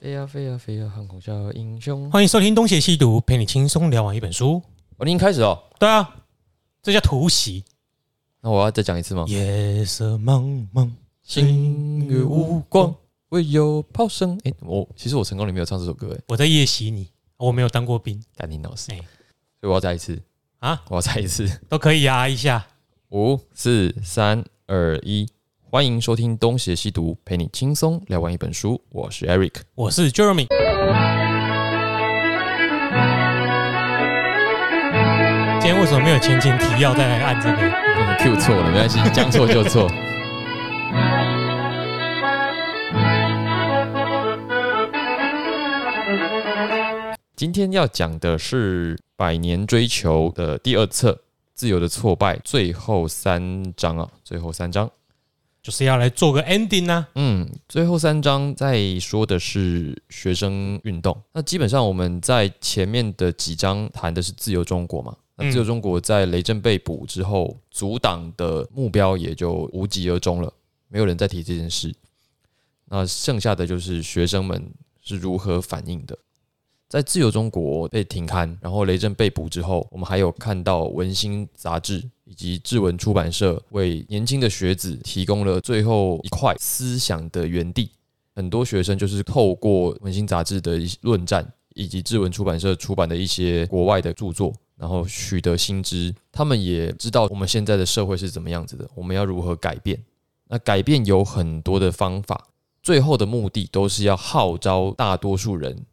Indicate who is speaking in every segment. Speaker 1: 飞呀、飞呀、飞呀、航空小英雄。
Speaker 2: 欢迎收听《东邪西毒》，陪你轻松聊完一本书。
Speaker 1: 我已经开始哦，
Speaker 2: 对啊，这叫突袭。
Speaker 1: 那我要再讲一次吗？
Speaker 2: 夜色茫茫，
Speaker 1: 星月无光，唯有炮声。哎、我其实我成功里没有唱这首歌，哎，
Speaker 2: 我在夜袭你。我没有当过兵
Speaker 1: 赶紧老师，
Speaker 2: 哎
Speaker 1: 所以我要再一次，
Speaker 2: 啊，
Speaker 1: 我要再一次。
Speaker 2: 都可以啊一下。
Speaker 1: 五、四、三、二、一，欢迎收听《东邪西毒》，陪你轻松聊完一本书。我是 Eric。
Speaker 2: 我是 Jeremy，今天为什么没有前情提要再来按这个？
Speaker 1: 嗯，Q 错了，没关系，将错就错。今天要讲的是《百年追求》的第二册《自由的挫败》最后三章啊，最后三章。
Speaker 2: 就是要来做个 ending 啊。
Speaker 1: 嗯，最后三章在说的是学生运动。那基本上我们在前面的几章谈的是自由中国嘛。那
Speaker 2: 嗯
Speaker 1: 自由中国在雷震被捕之后，阻挡的目标也就无疾而终了，没有人再提这件事。那剩下的就是学生们是如何反应的。在自由中国被停刊，然后雷震被捕之后，我们还有看到《文心》杂志以及志文出版社为年轻的学子提供了最后一块思想的园地。很多学生就是透过《文心》杂志的一些论战，以及志文出版社出版的一些国外的著作，然后取得新知。他们也知道我们现在的社会是怎么样子的，我们要如何改变。那改变有很多的方法，最后的目的都是要号召大多数人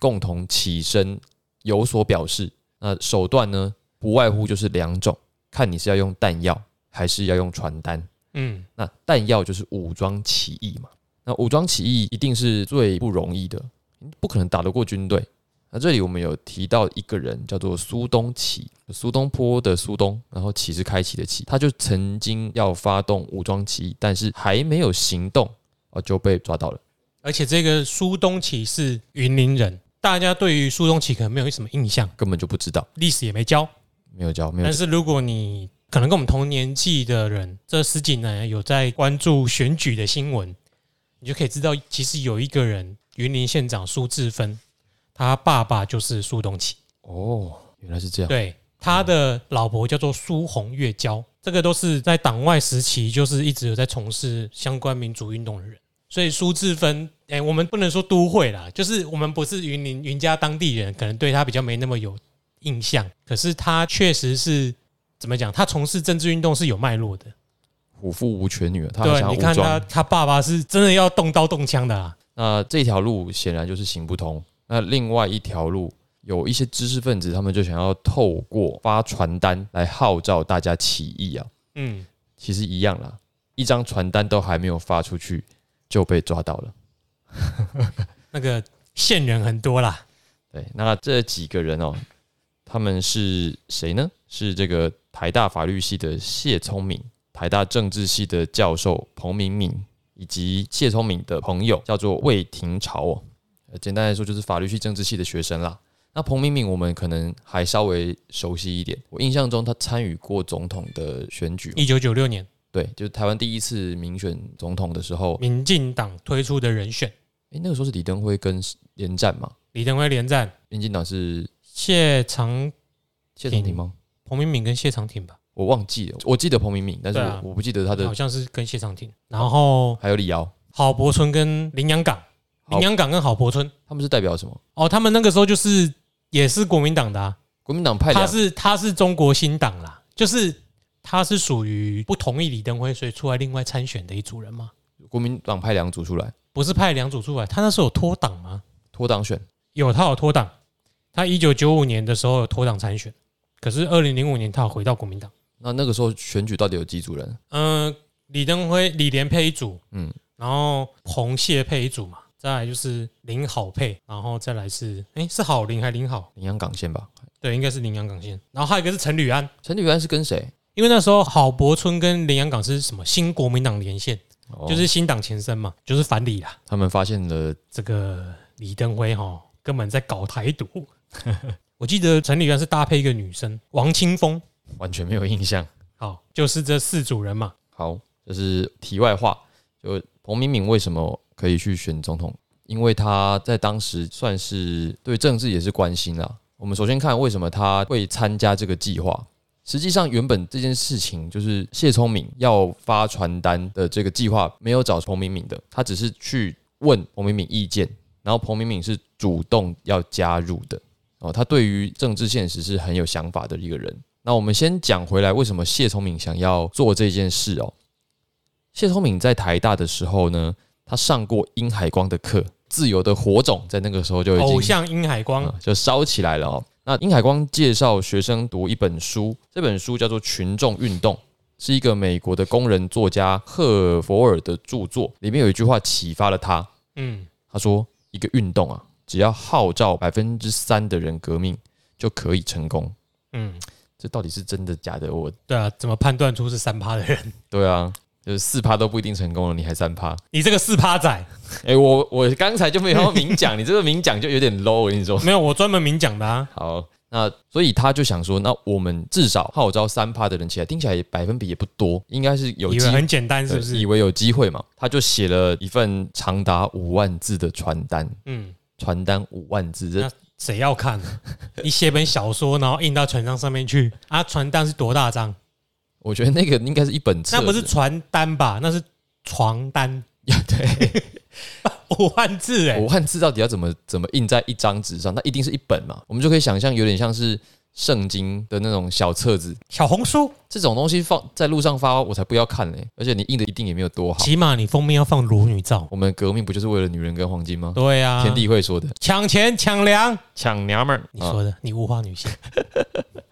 Speaker 1: 共同起身有所表示。那手段呢，不外乎就是两种，看你是要用弹药还是要用传单。
Speaker 2: 嗯，
Speaker 1: 那弹药就是武装起义嘛。那武装起义一定是最不容易的，不可能打得过军队。那这里我们有提到一个人叫做苏东起，苏东坡的苏东，然后起是开启的起，他就曾经要发动武装起义，但是还没有行动啊就被抓到了。
Speaker 2: 而且这个苏东起是云林人，大家对于苏东起可能没有什么印象，
Speaker 1: 根本就不知道，
Speaker 2: 历史也没教。
Speaker 1: 没有教，没有
Speaker 2: 但
Speaker 1: 教
Speaker 2: 是如果你可能跟我们同年纪的人，这十几年来有在关注选举的新闻，你就可以知道，其实有一个人，云林县长苏志芬，他爸爸就是苏东启，
Speaker 1: 哦，原来是这样。
Speaker 2: 对，他的老婆叫做苏红月娇，这个都是在党外时期就是一直有在从事相关民主运动的人。所以苏志芬，哎、我们不能说都会啦，就是我们不是云林云家当地人，可能对他比较没那么有印象。可是他确实是怎么讲？他从事政治运动是有脉络的。
Speaker 1: 虎父无犬女，他还
Speaker 2: 对，啊
Speaker 1: 想要
Speaker 2: 你
Speaker 1: 武
Speaker 2: 看他，
Speaker 1: 装，
Speaker 2: 他爸爸是真的要动刀动枪的啊啦。
Speaker 1: 那这条路显然就是行不通。那另外一条路，有一些知识分子他们就想要透过发传单来号召大家起义啊，
Speaker 2: 嗯，
Speaker 1: 其实一样啦，一张传单都还没有发出去就被抓到了。
Speaker 2: 那个线人很多啦。
Speaker 1: 对，那这几个人哦，他们是谁呢？是这个台大法律系的谢聪明，台大政治系的教授彭明敏，以及谢聪明的朋友叫做魏廷朝哦。呃简单来说，就是法律系、政治系的学生啦。那彭明敏我们可能还稍微熟悉一点，我印象中他参与过总统的选举，
Speaker 2: 一九九六年，
Speaker 1: 对，就是台湾第一次民选总统的时候，
Speaker 2: 民进党推出的人选，
Speaker 1: 诶、那个时候是李登辉跟连战嘛，
Speaker 2: 李登辉连战，
Speaker 1: 民进党是
Speaker 2: 谢长
Speaker 1: 谢长廷吗？
Speaker 2: 彭明敏跟谢长廷吧，
Speaker 1: 我忘记了，我记得彭明敏，但是我,、
Speaker 2: 对啊
Speaker 1: 我不记得他
Speaker 2: 好
Speaker 1: 的，
Speaker 2: 像是跟谢长廷。然后
Speaker 1: 还有李敖，
Speaker 2: 郝柏村跟林洋港，
Speaker 1: 好
Speaker 2: 林洋港跟郝柏村，
Speaker 1: 他们是代表什么？
Speaker 2: 哦，他们那个时候就是也是国民党的、啊，
Speaker 1: 国民党派
Speaker 2: 他
Speaker 1: 两
Speaker 2: 是他是中国新党啦，就是他是属于不同意李登辉，所以出来另外参选的一组人吗？
Speaker 1: 国民党派两组出来
Speaker 2: 不是派两组出来，他那时候有脱党吗？
Speaker 1: 脱党选，
Speaker 2: 有，他有脱党。他一九九五年的时候有脱党参选，可是二零零五年他有回到国民党。
Speaker 1: 那那个时候选举到底有几组人？
Speaker 2: 嗯、李登辉、李连配一组，
Speaker 1: 嗯
Speaker 2: 嗯，然后彭谢配一组嘛，再来就是林好配，然后再来是，哎、是好林还是林好？
Speaker 1: 林洋港线吧？
Speaker 2: 对，应该是林洋港线。然后还有一个是陈履安，
Speaker 1: 陈履安是跟谁？
Speaker 2: 因为那时候郝柏村跟林洋港是什么新国民党连线，
Speaker 1: 哦
Speaker 2: 就是新党前身嘛，就是反李啦。
Speaker 1: 他们发现了
Speaker 2: 这个李登辉哈，根本在搞台 独。我记得陈履安是搭配一个女生王清风，
Speaker 1: 完全没有印象。
Speaker 2: 好，就是这四组人嘛。
Speaker 1: 好，这是题外话。就彭明敏为什么可以去选总统？因为他在当时算是对政治也是关心啦。我们首先看为什么他会参加这个计划。实际上，原本这件事情就是谢聪明要发传单的这个计划，没有找彭明敏的，他只是去问彭明敏意见，然后彭明敏是主动要加入的。哦，他对于政治现实是很有想法的一个人。那我们先讲回来，为什么谢聪明想要做这件事哦？谢聪明在台大的时候呢，他上过殷海光的课，《自由的火种》在那个时候就已经
Speaker 2: 偶像殷海光，
Speaker 1: 啊就烧起来了哦。那殷海光介绍学生读一本书，这本书叫做《群众运动》，是一个美国的工人作家赫尔佛尔的著作。里面有一句话启发了他，
Speaker 2: 嗯，
Speaker 1: 他说：“一个运动啊，只要号召百分之三的人革命，就可以成功。”
Speaker 2: 嗯，
Speaker 1: 这到底是真的假的？我
Speaker 2: 对啊，怎么判断出是三趴的人？
Speaker 1: 对啊，就是四趴都不一定成功了，你还三趴？
Speaker 2: 你这个四趴仔，
Speaker 1: 哎、我我刚才就没有要明讲，你这个明讲就有点 low，我跟你说。
Speaker 2: 没有我专门明讲的啊，
Speaker 1: 好，那所以他就想说，那我们至少号召三趴的人起来，听起来百分比也不多，应该是有
Speaker 2: 以
Speaker 1: 机
Speaker 2: 为
Speaker 1: 会，
Speaker 2: 很简单是不
Speaker 1: 对以
Speaker 2: 是？
Speaker 1: 为有机会嘛。他就写了一份长达五万字的传单，
Speaker 2: 嗯，
Speaker 1: 传单五万字，这
Speaker 2: 那谁要看 啊？你写本小说，然后印到传单上面去啊？传单是多大张？
Speaker 1: 我觉得那个应该是一本册子，
Speaker 2: 那不是传单吧？那是床单，
Speaker 1: 对
Speaker 2: 五万字哎、
Speaker 1: 五万字到底要怎么怎么印在一张纸上？那一定是一本嘛，我们就可以想象，有点像是圣经的那种小册子。
Speaker 2: 小红书，
Speaker 1: 这种东西放在路上发，我才不要看嘞、而且你印的一定也没有多好。
Speaker 2: 起码你封面要放裸女照。
Speaker 1: 我们革命不就是为了女人跟黄金吗？
Speaker 2: 对啊，
Speaker 1: 天地会说的。
Speaker 2: 抢钱抢粮，
Speaker 1: 抢娘们儿。
Speaker 2: 你
Speaker 1: 啊、
Speaker 2: 说的，你物化女性。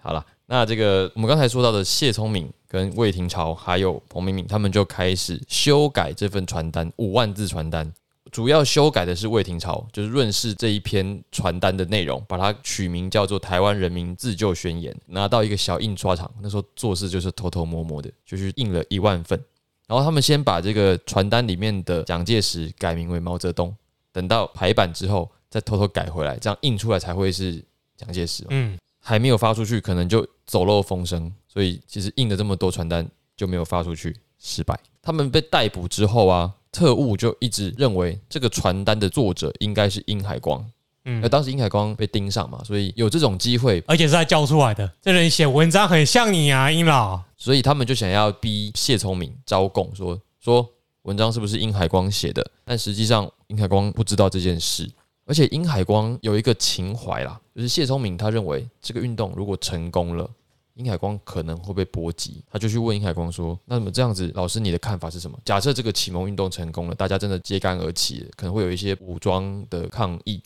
Speaker 1: 好了，那这个我们刚才说到的谢聪明、跟魏廷朝还有彭明敏，他们就开始修改这份传单，五万字传单。主要修改的是魏廷朝，就是润饰这一篇传单的内容，把它取名叫做《台湾人民自救宣言》，拿到一个小印刷厂，那时候做事就是偷偷摸摸的，就是印了一万份。然后他们先把这个传单里面的蒋介石改名为毛泽东，等到排版之后再偷偷改回来，这样印出来才会是蒋介石嘛。
Speaker 2: 嗯，
Speaker 1: 还没有发出去，可能就走漏风声，所以其实印了这么多传单就没有发出去，失败。他们被逮捕之后啊，特务就一直认为这个传单的作者应该是殷海光，
Speaker 2: 嗯
Speaker 1: 嗯，而当时殷海光被盯上嘛，所以有这种机会，
Speaker 2: 而且是他教出来的。这人写文章很像你啊，英老。
Speaker 1: 所以他们就想要逼谢聪明招供，说说文章是不是殷海光写的，但实际上殷海光不知道这件事。而且殷海光有一个情怀啦，就是谢聪明他认为这个运动如果成功了，殷海光可能会被波及，他就去问殷海光说：“那么这样子，老师你的看法是什么？假设这个启蒙运动成功了，大家真的揭竿而起，可能会有一些武装的抗议，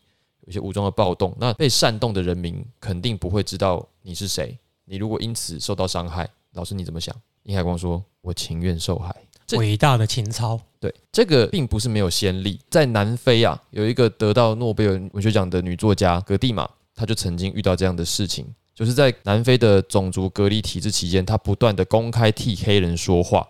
Speaker 1: 有一些武装的暴动，那被煽动的人民肯定不会知道你是谁，你如果因此受到伤害，老师你怎么想？殷海光说：“我情愿受害。”这
Speaker 2: 伟大的情操，
Speaker 1: 对，这个并不是没有先例，在南非啊，有一个得到诺贝尔文学奖的女作家格蒂玛，她就曾经遇到这样的事情，就是在南非的种族隔离体制期间，她不断的公开替黑人说话。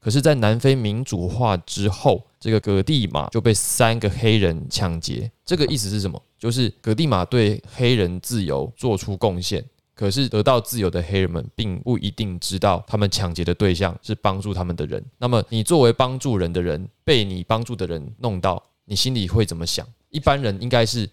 Speaker 1: 可是，在南非民主化之后，这个格蒂玛就被三个黑人抢劫。这个意思是什么？就是格蒂玛对黑人自由做出贡献，可是得到自由的黑人们并不一定知道，他们抢劫的对象是帮助他们的人。那么，你作为帮助人的人，被你帮助的人弄到，你心里会怎么想？一般人应该是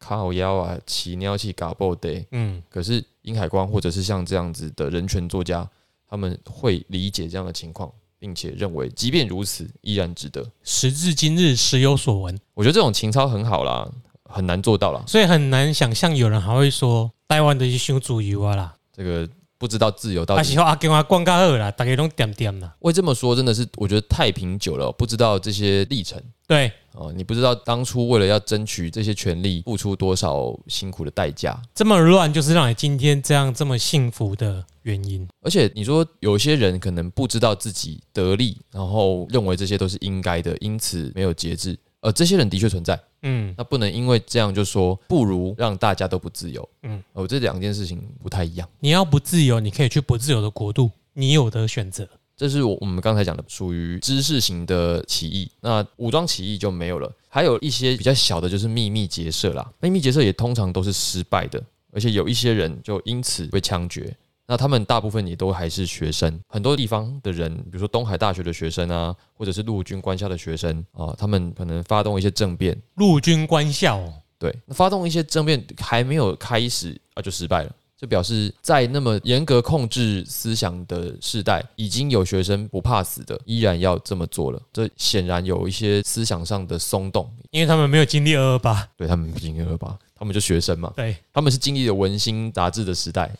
Speaker 1: 靠腰啊，起尿气嘎爆得。
Speaker 2: 嗯，
Speaker 1: 可是殷海光或者是像这样子的人权作家，他们会理解这样的情况，并且认为即便如此，依然值得。
Speaker 2: 时至今日，时有所闻，
Speaker 1: 我觉得这种情操很好啦，很难做到啦。
Speaker 2: 所以很难想象有人还会说台湾的一些主游啊啦，
Speaker 1: 这个不知道自由到
Speaker 2: 他
Speaker 1: 底
Speaker 2: 喜欢阿跟阿逛咖二啦，大家都点点啦。
Speaker 1: 会这么说，真的是我觉得太平久了，不知道这些历程
Speaker 2: 对，
Speaker 1: 啊、你不知道当初为了要争取这些权利，付出多少辛苦的代价。
Speaker 2: 这么乱就是让你今天这样这么幸福的原因。
Speaker 1: 而且你说有些人可能不知道自己得利，然后认为这些都是应该的，因此没有节制。呃，这些人的确存在，
Speaker 2: 嗯，
Speaker 1: 那不能因为这样就说不如让大家都不自由。
Speaker 2: 嗯
Speaker 1: 嗯，哦，这两件事情不太一样。
Speaker 2: 你要不自由，你可以去不自由的国度，你有的选择。
Speaker 1: 这是我我们刚才讲的，属于知识型的起义。那武装起义就没有了，还有一些比较小的，就是秘密结社啦。秘密结社也通常都是失败的，而且有一些人就因此被枪决，那他们大部分也都还是学生，很多地方的人，比如说东海大学的学生啊，或者是陆军官校的学生啊，他们可能发动一些政变，
Speaker 2: 陆军官校哦，
Speaker 1: 对，那发动一些政变还没有开始啊，就失败了。这表示在那么严格控制思想的时代，已经有学生不怕死的，依然要这么做了。这显然有一些思想上的松动，
Speaker 2: 因为他们没有经历二二八，
Speaker 1: 对他们不经二吧，他们就学生嘛，
Speaker 2: 对，
Speaker 1: 他们是经历了文心杂志的时代，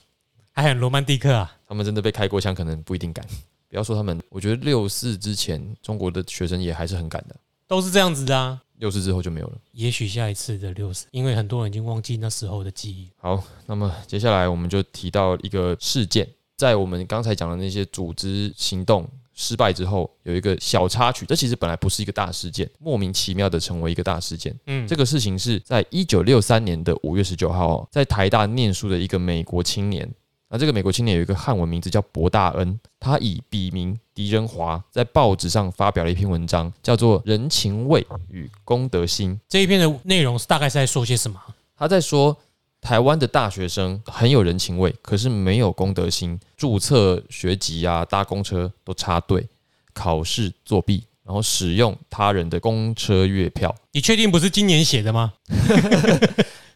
Speaker 2: 还很罗曼蒂克啊，
Speaker 1: 他们真的被开过枪，可能不一定敢。不要说他们，我觉得六四之前，中国的学生也还是很敢的，
Speaker 2: 都是这样子的啊。
Speaker 1: 六四之后就没有了。
Speaker 2: 也许下一次的六十，因为很多人已经忘记那时候的记忆。
Speaker 1: 好，那么接下来我们就提到一个事件，在我们刚才讲的那些组织行动失败之后，有一个小插曲，这其实本来不是一个大事件，莫名其妙的成为一个大事件。
Speaker 2: 嗯，
Speaker 1: 这
Speaker 2: 这
Speaker 1: 个事情是在一九六三年的五月十九号、哦，在台大念书的一个美国青年。那这个美国青年有一个汉文名字叫博大恩，他以笔名狄仁华在报纸上发表了一篇文章，叫做《人情味与公德心》。
Speaker 2: 这一篇的内容是大概是在说些什么啊？
Speaker 1: 他在说台湾的大学生很有人情味，可是没有公德心，注册学籍啊、搭公车都插队，考试作弊，然后使用他人的公车月票。
Speaker 2: 你确定不是今年写的吗？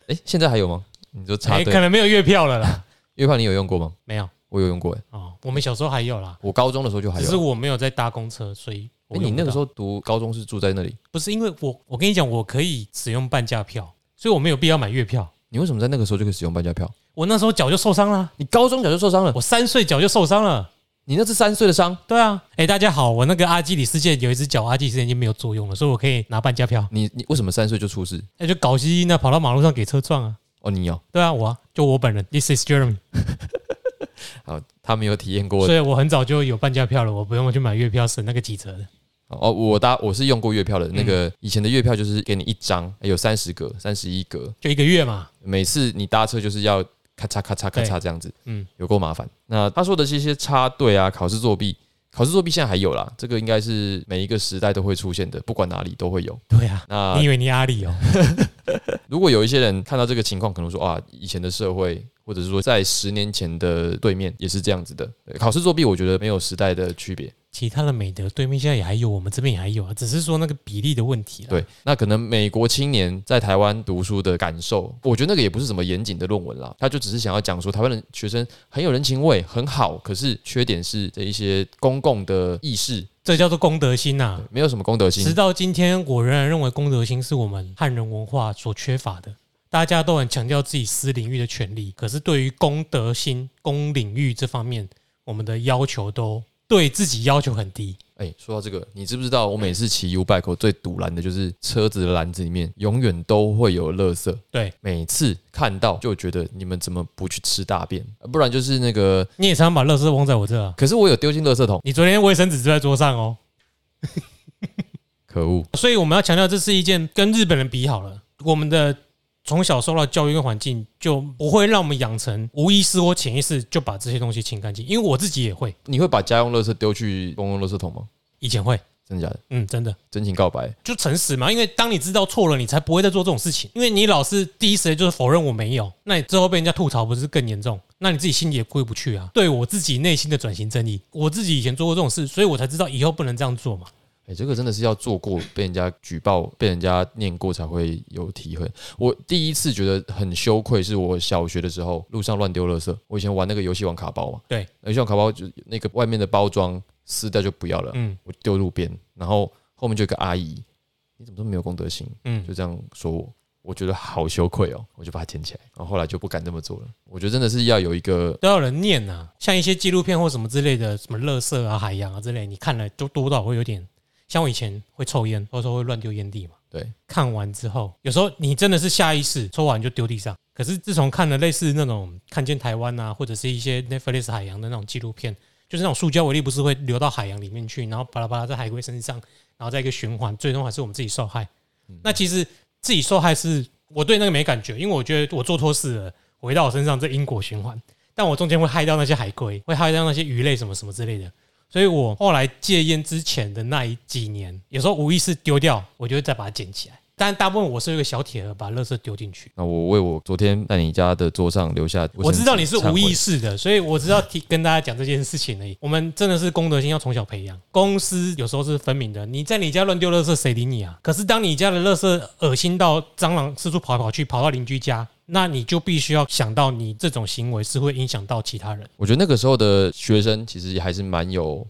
Speaker 1: 诶，现在还有吗？你就插
Speaker 2: 哎，可
Speaker 1: 队，
Speaker 2: 能没有月票了啦。
Speaker 1: 月票你有用过吗？
Speaker 2: 没有
Speaker 1: 我有用过、诶，
Speaker 2: 哦，我们小时候还有啦，
Speaker 1: 我高中的时候就还
Speaker 2: 只是
Speaker 1: 有。
Speaker 2: 我没有在搭公车，所以我
Speaker 1: 诶，
Speaker 2: 用
Speaker 1: 你
Speaker 2: 不
Speaker 1: 那个
Speaker 2: 到
Speaker 1: 时候读高中是住在那里，
Speaker 2: 不是因为我，我跟你讲，我可以使用半价票，所以我没有必要买月票。
Speaker 1: 你为什么在那个时候就可以使用半价票？
Speaker 2: 我那时候脚就受伤了，
Speaker 1: 你高中小就受伤了，
Speaker 2: 我三岁脚就受伤了。
Speaker 1: 你那是三岁的伤，
Speaker 2: 对啊，哎、大家好，我那个阿基里斯腱有一只脚阿基里斯腱已经没有作用了，所以我可以拿半价票，
Speaker 1: 你你为什么三岁就出事？
Speaker 2: 那、就搞基因啊，跑到马路上给车撞啊。
Speaker 1: 哦，你有，
Speaker 2: 对啊，我啊就我本人，This is Jeremy，
Speaker 1: 好，他没有体验过
Speaker 2: 所以我很早就有半价票了，我不用去买月票，省那个几折的。
Speaker 1: 哦，我搭我是用过月票的，那个以前的月票就是给你一张，有三十格、三十一格，
Speaker 2: 就一个月嘛，
Speaker 1: 每次你搭车就是要咔嚓咔嚓咔嚓这样子，
Speaker 2: 嗯，
Speaker 1: 有够麻烦。那他说的这些插队啊、考试作弊，考试作弊现在还有啦，这个应该是每一个时代都会出现的，不管哪里都会有。
Speaker 2: 对啊，
Speaker 1: 那
Speaker 2: 你以为你阿里哦？
Speaker 1: 如果有一些人看到这个情况，可能说啊，以前的社会，或者是说在十年前的对面也是这样子的。对考试作弊，我觉得没有时代的区别。
Speaker 2: 其他的美德对面现在也还有，我们这边也还有啊，只是说那个比例的问题了。
Speaker 1: 对，那可能美国青年在台湾读书的感受，我觉得那个也不是什么严谨的论文啦，他就只是想要讲说台湾的学生很有人情味，很好，可是缺点是这一些公共的意识
Speaker 2: 这叫做公德心呐、啊
Speaker 1: 没有什么公德
Speaker 2: 直
Speaker 1: 心。
Speaker 2: 到今天，我仍然认为公德心是我们汉人文化所缺乏的。大家都很强调自己私领域的权利，可是对于公德心、公领域这方面，我们的要求都对自己要求很低。
Speaker 1: 哎、说到这个，你知不知道我每次骑 U bike 我最堵拦的就是车子的篮子里面永远都会有垃圾，
Speaker 2: 对，
Speaker 1: 每次看到就觉得你们怎么不去吃大便，不然就是那个，
Speaker 2: 你也常常把垃圾忘在我这啊。
Speaker 1: 可是我有丢进垃圾桶，
Speaker 2: 你昨天卫生纸就在桌上哦，
Speaker 1: 可恶。
Speaker 2: 所以我们要强调，这是一件跟日本人比好了，我们的从小受到教育跟环境就不会让我们养成无意识或潜意识就把这些东西清干净。因为我自己也会，
Speaker 1: 你会把家用垃圾丢去公共垃圾桶吗？
Speaker 2: 以前会，
Speaker 1: 真的假的？
Speaker 2: 嗯，真的。
Speaker 1: 真情告白。
Speaker 2: 就诚实嘛，因为当你知道错了，你才不会再做这种事情。因为你老是第一时间就是否认我没有，那你之后被人家吐槽不是更严重？那你自己心里也过意不去啊。对我自己内心的转型正义，我自己以前做过这种事，所以我才知道以后不能这样做嘛。
Speaker 1: 哎、这个真的是要做过，被人家举报、被人家念过才会有体会。我第一次觉得很羞愧，是我小学的时候路上乱丢垃圾。我以前玩那个游戏王卡包嘛，
Speaker 2: 对，
Speaker 1: 游戏王卡包就那个外面的包装撕掉就不要了，
Speaker 2: 嗯
Speaker 1: 我丢路边，然后后面就有个阿姨，你怎么这么没有公德心？
Speaker 2: 嗯
Speaker 1: 就，这样说我，我觉得好羞愧哦，我就把它捡起来，然后后来就不敢这么做了。我觉得真的是要有一个，
Speaker 2: 都有人念啊，像一些纪录片或什么之类的，什么垃圾啊、海洋啊之类，你看了就多到会有点。像我以前会抽烟，或者说会乱丢烟蒂嘛。
Speaker 1: 对，
Speaker 2: 看完之后，有时候你真的是下意识抽完就丢地上。可是自从看了类似那种看见台湾啊，或者是一些 Netflix 海洋的那种纪录片，就是那种塑胶微粒不是会流到海洋里面去，然后巴拉巴拉在海龟身上，然后再一个循环，最终还是我们自己受害。那其实自己受害是我对那个没感觉，因为我觉得我做错事了，回到我身上这因果循环，但我中间会害到那些海龟，会害到那些鱼类什么什么之类的。所以我后来戒烟之前的那一几年，有时候无意识丢掉，我就会再把它捡起来。但大部分我是有一个小铁盒把垃圾丢进去。
Speaker 1: 那我为我昨天在你家的桌上留下卫生纸，
Speaker 2: 我知道你是无意
Speaker 1: 识，
Speaker 2: 识的，所以我知道提跟大家讲这件事情而已。我们真的是公德心要从小培养。公司有时候是分明的，你在你家乱丢垃圾，谁理你啊？可是当你家的垃圾恶心到蟑螂四处跑来跑去，跑到邻居家，那你就必须要想到，你这种行为是会影响到其他人。
Speaker 1: 我觉得那个时候的学生其实也还是蛮有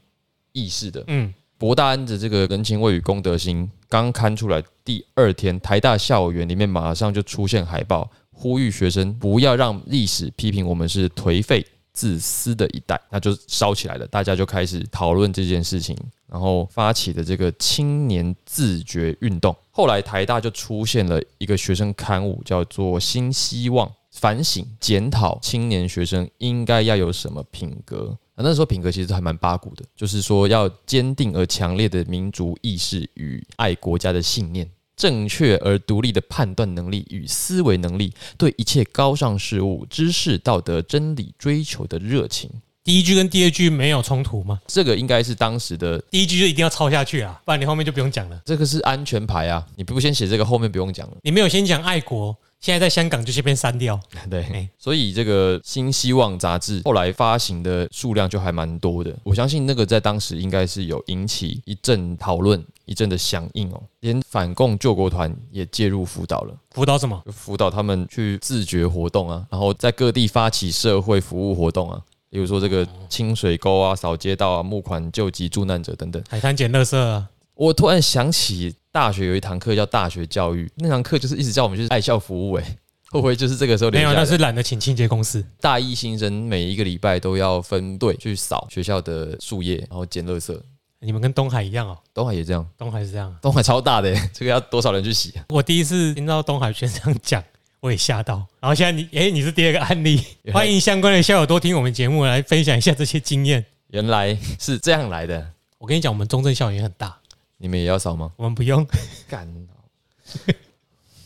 Speaker 1: 意识的。
Speaker 2: 嗯，
Speaker 1: 博大安的这个人情味与公德心刚刊出来第二天，台大校园里面马上就出现海报，呼吁学生不要让历史批评我们是颓废自私的一代，那就烧起来了。大家就开始讨论这件事情，然后发起的这个青年自觉运动。后来台大就出现了一个学生刊物，叫做《新希望》。反省、检讨青年学生应该要有什么品格。啊、那时候品格其实还蛮八股的，就是说要坚定而强烈的民族意识与爱国家的信念，正确而独立的判断能力与思维能力，对一切高尚事物、知识、道德、真理追求的热情。
Speaker 2: 第一句跟第二句没有冲突吗？
Speaker 1: 这个应该是当时的，
Speaker 2: 第一句就一定要抄下去啊，不然你后面就不用讲了。
Speaker 1: 这个是安全牌啊！你不先写这个，后面不用讲了。
Speaker 2: 你没有先讲爱国，现在在香港就先被删掉。
Speaker 1: 对
Speaker 2: 哎，
Speaker 1: 所以这个《新希望》杂志后来发行的数量就还蛮多的。我相信那个在当时应该是有引起一阵讨论、一阵的响应哦。连反共救国团也介入辅导了，
Speaker 2: 辅导什么？
Speaker 1: 就辅导他们去自觉活动啊，然后在各地发起社会服务活动啊，比如说这个清水沟啊、扫街道啊、募款救急助难者等等。
Speaker 2: 海滩捡垃圾、啊，
Speaker 1: 我突然想起大学有一堂课叫大学教育，那堂课就是一直叫我们去爱校服务、欸， 会不会就是这个时候留
Speaker 2: 没有，
Speaker 1: 下来
Speaker 2: 那
Speaker 1: 的
Speaker 2: 是懒得请清洁公司。
Speaker 1: 大一新生每一个礼拜都要分队去扫学校的树叶，然后捡垃圾。
Speaker 2: 你们跟东海一样哦，
Speaker 1: 东海也这样，
Speaker 2: 东海是这样。
Speaker 1: 东海超大的欸，这个要多少人去洗啊？
Speaker 2: 我第一次听到东海轩这样讲，我也吓到。然后现在你，哎、你是第二个案例，
Speaker 1: 原来
Speaker 2: 欢迎相关的校友多听我们节目来分享一下这些经验。
Speaker 1: 原来是这样来的，
Speaker 2: 我跟你讲，我们中正校园也很大，
Speaker 1: 你们也要扫吗？
Speaker 2: 我们不用。
Speaker 1: 干，哦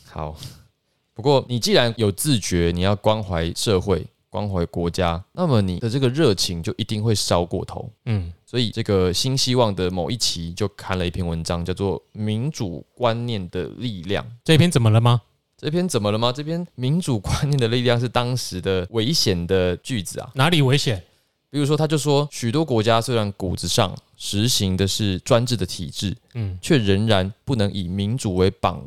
Speaker 1: 好。不过你既然有自觉，你要关怀社会、关怀国家，那么你的这个热情就一定会烧过头。
Speaker 2: 嗯，
Speaker 1: 所以这个新希望的某一期就刊了一篇文章，叫做《民主观念的力量》。
Speaker 2: 这篇怎么了吗？
Speaker 1: 这篇怎么了吗？这篇民主观念的力量是当时的危险的句子啊。
Speaker 2: 哪里危险？
Speaker 1: 比如说，他就说，许多国家虽然骨子上实行的是专制的体制，
Speaker 2: 嗯，
Speaker 1: 却仍然不能以民主为榜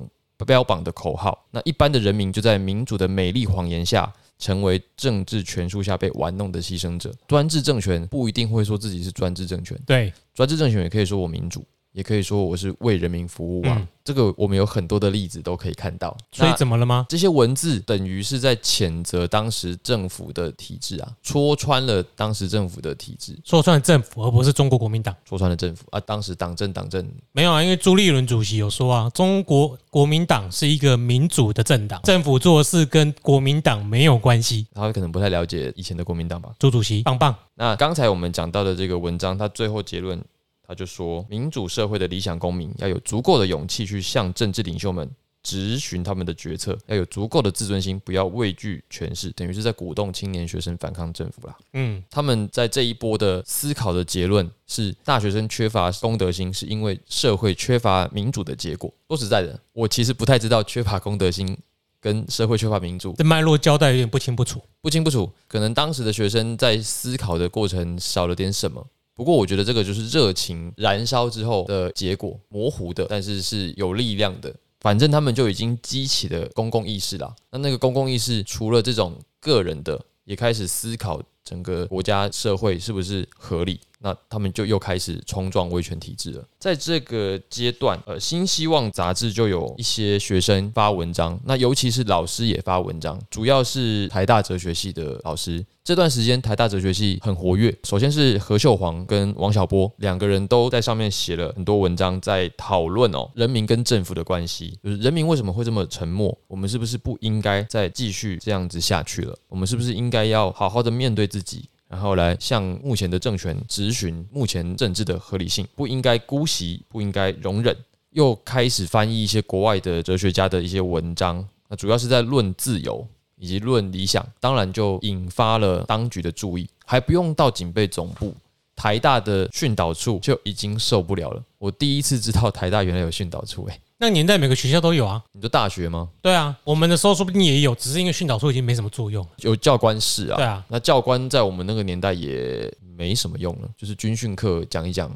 Speaker 1: 标榜的口号。那一般的人民就在民主的美丽谎言下，成为政治权术下被玩弄的牺牲者。专制政权不一定会说自己是专制政权，
Speaker 2: 对，
Speaker 1: 专制政权也可以说我民主，也可以说我是为人民服务啊。
Speaker 2: 嗯
Speaker 1: 这个我们有很多的例子都可以看到。
Speaker 2: 所以
Speaker 1: 那
Speaker 2: 怎么了吗？
Speaker 1: 这些文字等于是在谴责当时政府的体制啊，戳穿了当时政府的体制，
Speaker 2: 说穿了政府，而不是中国国民党。
Speaker 1: 戳穿了政府啊。当时党政党政，
Speaker 2: 没有啊，因为朱立伦主席有说啊，中国国民党是一个民主的政党，政府做的事跟国民党没有关系。
Speaker 1: 他可能不太了解以前的国民党吧。
Speaker 2: 朱主席棒棒，
Speaker 1: 那刚才我们讲到的这个文章，它最后结论，他就说，民主社会的理想公民要有足够的勇气去向政治领袖们质询他们的决策，要有足够的自尊心，不要畏惧权势，等于是在鼓动青年学生反抗政府啦。
Speaker 2: 嗯，
Speaker 1: 他们在这一波的思考的结论是，大学生缺乏公德心，是因为社会缺乏民主的结果。说实在的，我其实不太知道缺乏公德心跟社会缺乏民主
Speaker 2: 这脉络交代有点不清不楚。
Speaker 1: 不清不楚。可能当时的学生在思考的过程少了点什么。不过，我觉得这个就是热情燃烧之后的结果，模糊的，但是是有力量的。反正他们就已经激起了公共意识啦。那那个公共意识，除了这种个人的，也开始思考整个国家社会是不是合理。那他们就又开始冲撞威权体制了。在这个阶段，呃，《新希望》杂志就有一些学生发文章，那尤其是老师也发文章，主要是台大哲学系的老师。这段时间，台大哲学系很活跃。首先是何秀煌跟王小波两个人都在上面写了很多文章，在讨论哦人民跟政府的关系，就是人民为什么会这么沉默？我们是不是不应该再继续这样子下去了？我们是不是应该要好好的面对自己？然后来向目前的政权质询目前政治的合理性，不应该姑息，不应该容忍。又开始翻译一些国外的哲学家的一些文章，那主要是在论自由以及论理想，当然就引发了当局的注意，还不用到警备总部。台大的训导处就已经受不了了。我第一次知道台大原来有训导处、欸，
Speaker 2: 那个年代每个学校都有啊。
Speaker 1: 你说大学吗？
Speaker 2: 对啊，我们的时候说不定也有，只是因为训导处已经没什么作用了。
Speaker 1: 有教官室啊
Speaker 2: 对，啊，
Speaker 1: 那教官在我们那个年代也没什么用了，就是军训课讲一讲。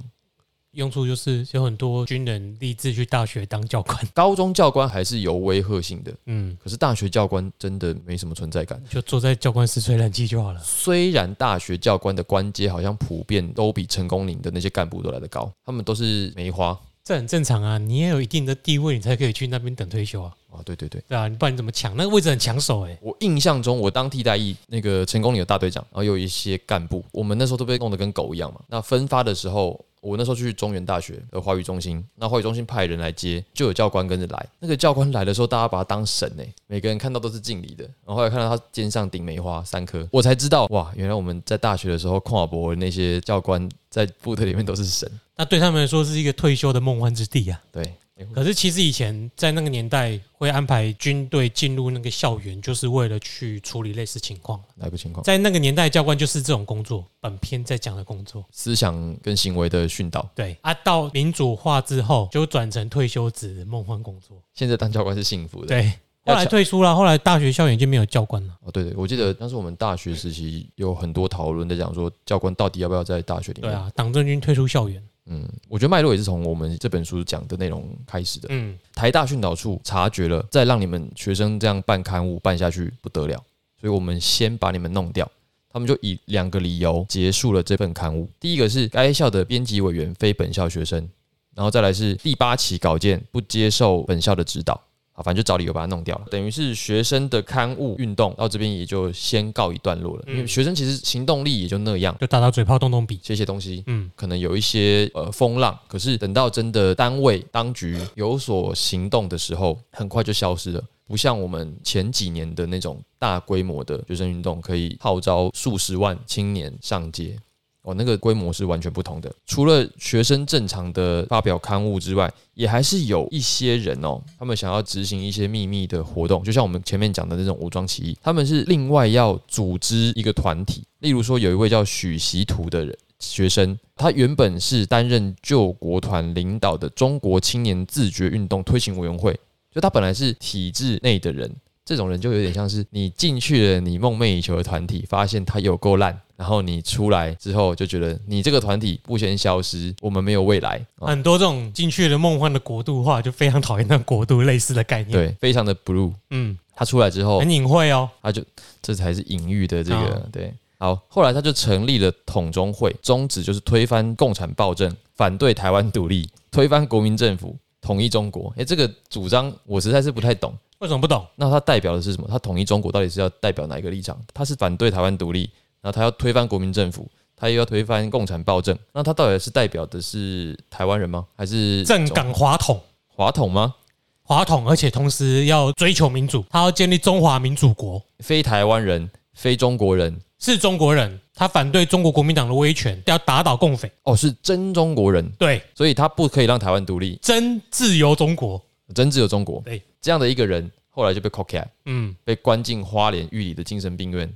Speaker 2: 用处就是有很多军人立志去大学当教官，
Speaker 1: 高中教官还是有威吓性的，
Speaker 2: 嗯，
Speaker 1: 可是大学教官真的没什么存在感。
Speaker 2: 就坐在教官室吹冷气就好了。
Speaker 1: 虽然大学教官的官阶好像普遍都比成功岭的那些干部都来得高，他们都是梅花
Speaker 2: 这很正常啊，你也有一定的地位，你才可以去那边等退休啊，
Speaker 1: 啊，对对对。
Speaker 2: 对啊，不然你怎么抢？那个位置很抢手哎、
Speaker 1: 我印象中，我当替代役，那个成功里有大队长，然后有一些干部，我们那时候都被弄得跟狗一样嘛。那分发的时候，我那时候去中原大学的华语中心，那华语中心派人来接，就有教官跟着来。那个教官来的时候，大家把他当神呢、每个人看到都是敬礼的。然后后来看到他肩上顶梅花三颗，我才知道哇，原来我们在大学的时候跨博那些教官在部队里面都是神。
Speaker 2: 那对他们来说是一个退休的梦幻之地啊。
Speaker 1: 对，
Speaker 2: 可是其实以前在那个年代会安排军队进入那个校园，就是为了去处理类似情况。
Speaker 1: 哪个情况？
Speaker 2: 在那个年代，教官就是这种工作，本片在讲的工作。
Speaker 1: 思想跟行为的训导。
Speaker 2: 对啊，到民主化之后就转成退休职梦幻工作。
Speaker 1: 现在当教官是幸福的。
Speaker 2: 对，后来退出了，后来大学校园已经没有教官了。
Speaker 1: 哦，对对，我记
Speaker 2: 嗯
Speaker 1: 得当时我们大学时期有很多讨论在讲说，教官到底要不要在大学里面？
Speaker 2: 对，啊，党政军退出校园。
Speaker 1: 嗯，我觉得脉络也是从我们这本书讲的内容开始的。
Speaker 2: 嗯，
Speaker 1: 台大训导处察觉了，再让你们学生这样办刊物办下去不得了，所以我们先把你们弄掉。他们就以两个理由结束了这份刊物。第一个是该校的编辑委员非本校学生，然后再来是第八期稿件不接受本校的指导。啊，反正就找理由把它弄掉了，等于是学生的刊物运动到这边也就先告一段落了。因为学生其实行动力也就那样，
Speaker 2: 就打打嘴炮，动动笔。
Speaker 1: 写写东西，
Speaker 2: 嗯，
Speaker 1: 可能有一些呃风浪，可是等到真的单位当局有所行动的时候，很快就消失了。不像我们前几年的那种大规模的学生运动，可以号召数十万青年上街，哦，那个规模是完全不同的。除了学生正常的发表刊物之外，也还是有一些人哦，他们想要执行一些秘密的活动，就像我们前面讲的那种武装起义，他们是另外要组织一个团体。例如说，有一位叫许习图的人学生，他原本是担任救国团领导的中国青年自觉运动推行委员会，就他本来是体制内的人。这种人就有点像是你进去了你梦寐以求的团体，发现它有够烂，然后你出来之后就觉得你这个团体不先消失，我们没有未来。哦
Speaker 2: 很多这种进去的梦幻的国度化，就非常讨厌那国度类似的概念。，
Speaker 1: 对，非常的 blue。
Speaker 2: 嗯，
Speaker 1: 他出来之后，
Speaker 2: 很隐晦哦。
Speaker 1: 他就这才是隐喻的这个
Speaker 2: 哦
Speaker 1: 对。好，后来他就成立了统中会，宗旨就是推翻共产暴政，反对台湾独立， 推翻国民政府，统一中国。诶，这个主张我实在是不太懂。
Speaker 2: 为什么不懂？
Speaker 1: 那它代表的是什么？它统一中国到底是要代表哪一个立场？它是反对台湾独立，然后它要推翻国民政府，它又要推翻共产暴政。那它到底是代表的是台湾人吗？还是
Speaker 2: 正港华统，
Speaker 1: 华统吗？
Speaker 2: 华统，而且同时要追求民主，他要建立中华民主国，
Speaker 1: 非台湾人，非中国人，
Speaker 2: 是中国人，他反对中国国民党的威权，要打倒共匪，
Speaker 1: 哦，是真中国人，
Speaker 2: 对，
Speaker 1: 所以他不可以让台湾独立，
Speaker 2: 真自由中国。
Speaker 1: 真只有中国。
Speaker 2: 对，
Speaker 1: 这样的一个人，后来就被铐起来，
Speaker 2: 嗯，
Speaker 1: 被关进花莲玉里的精神病院，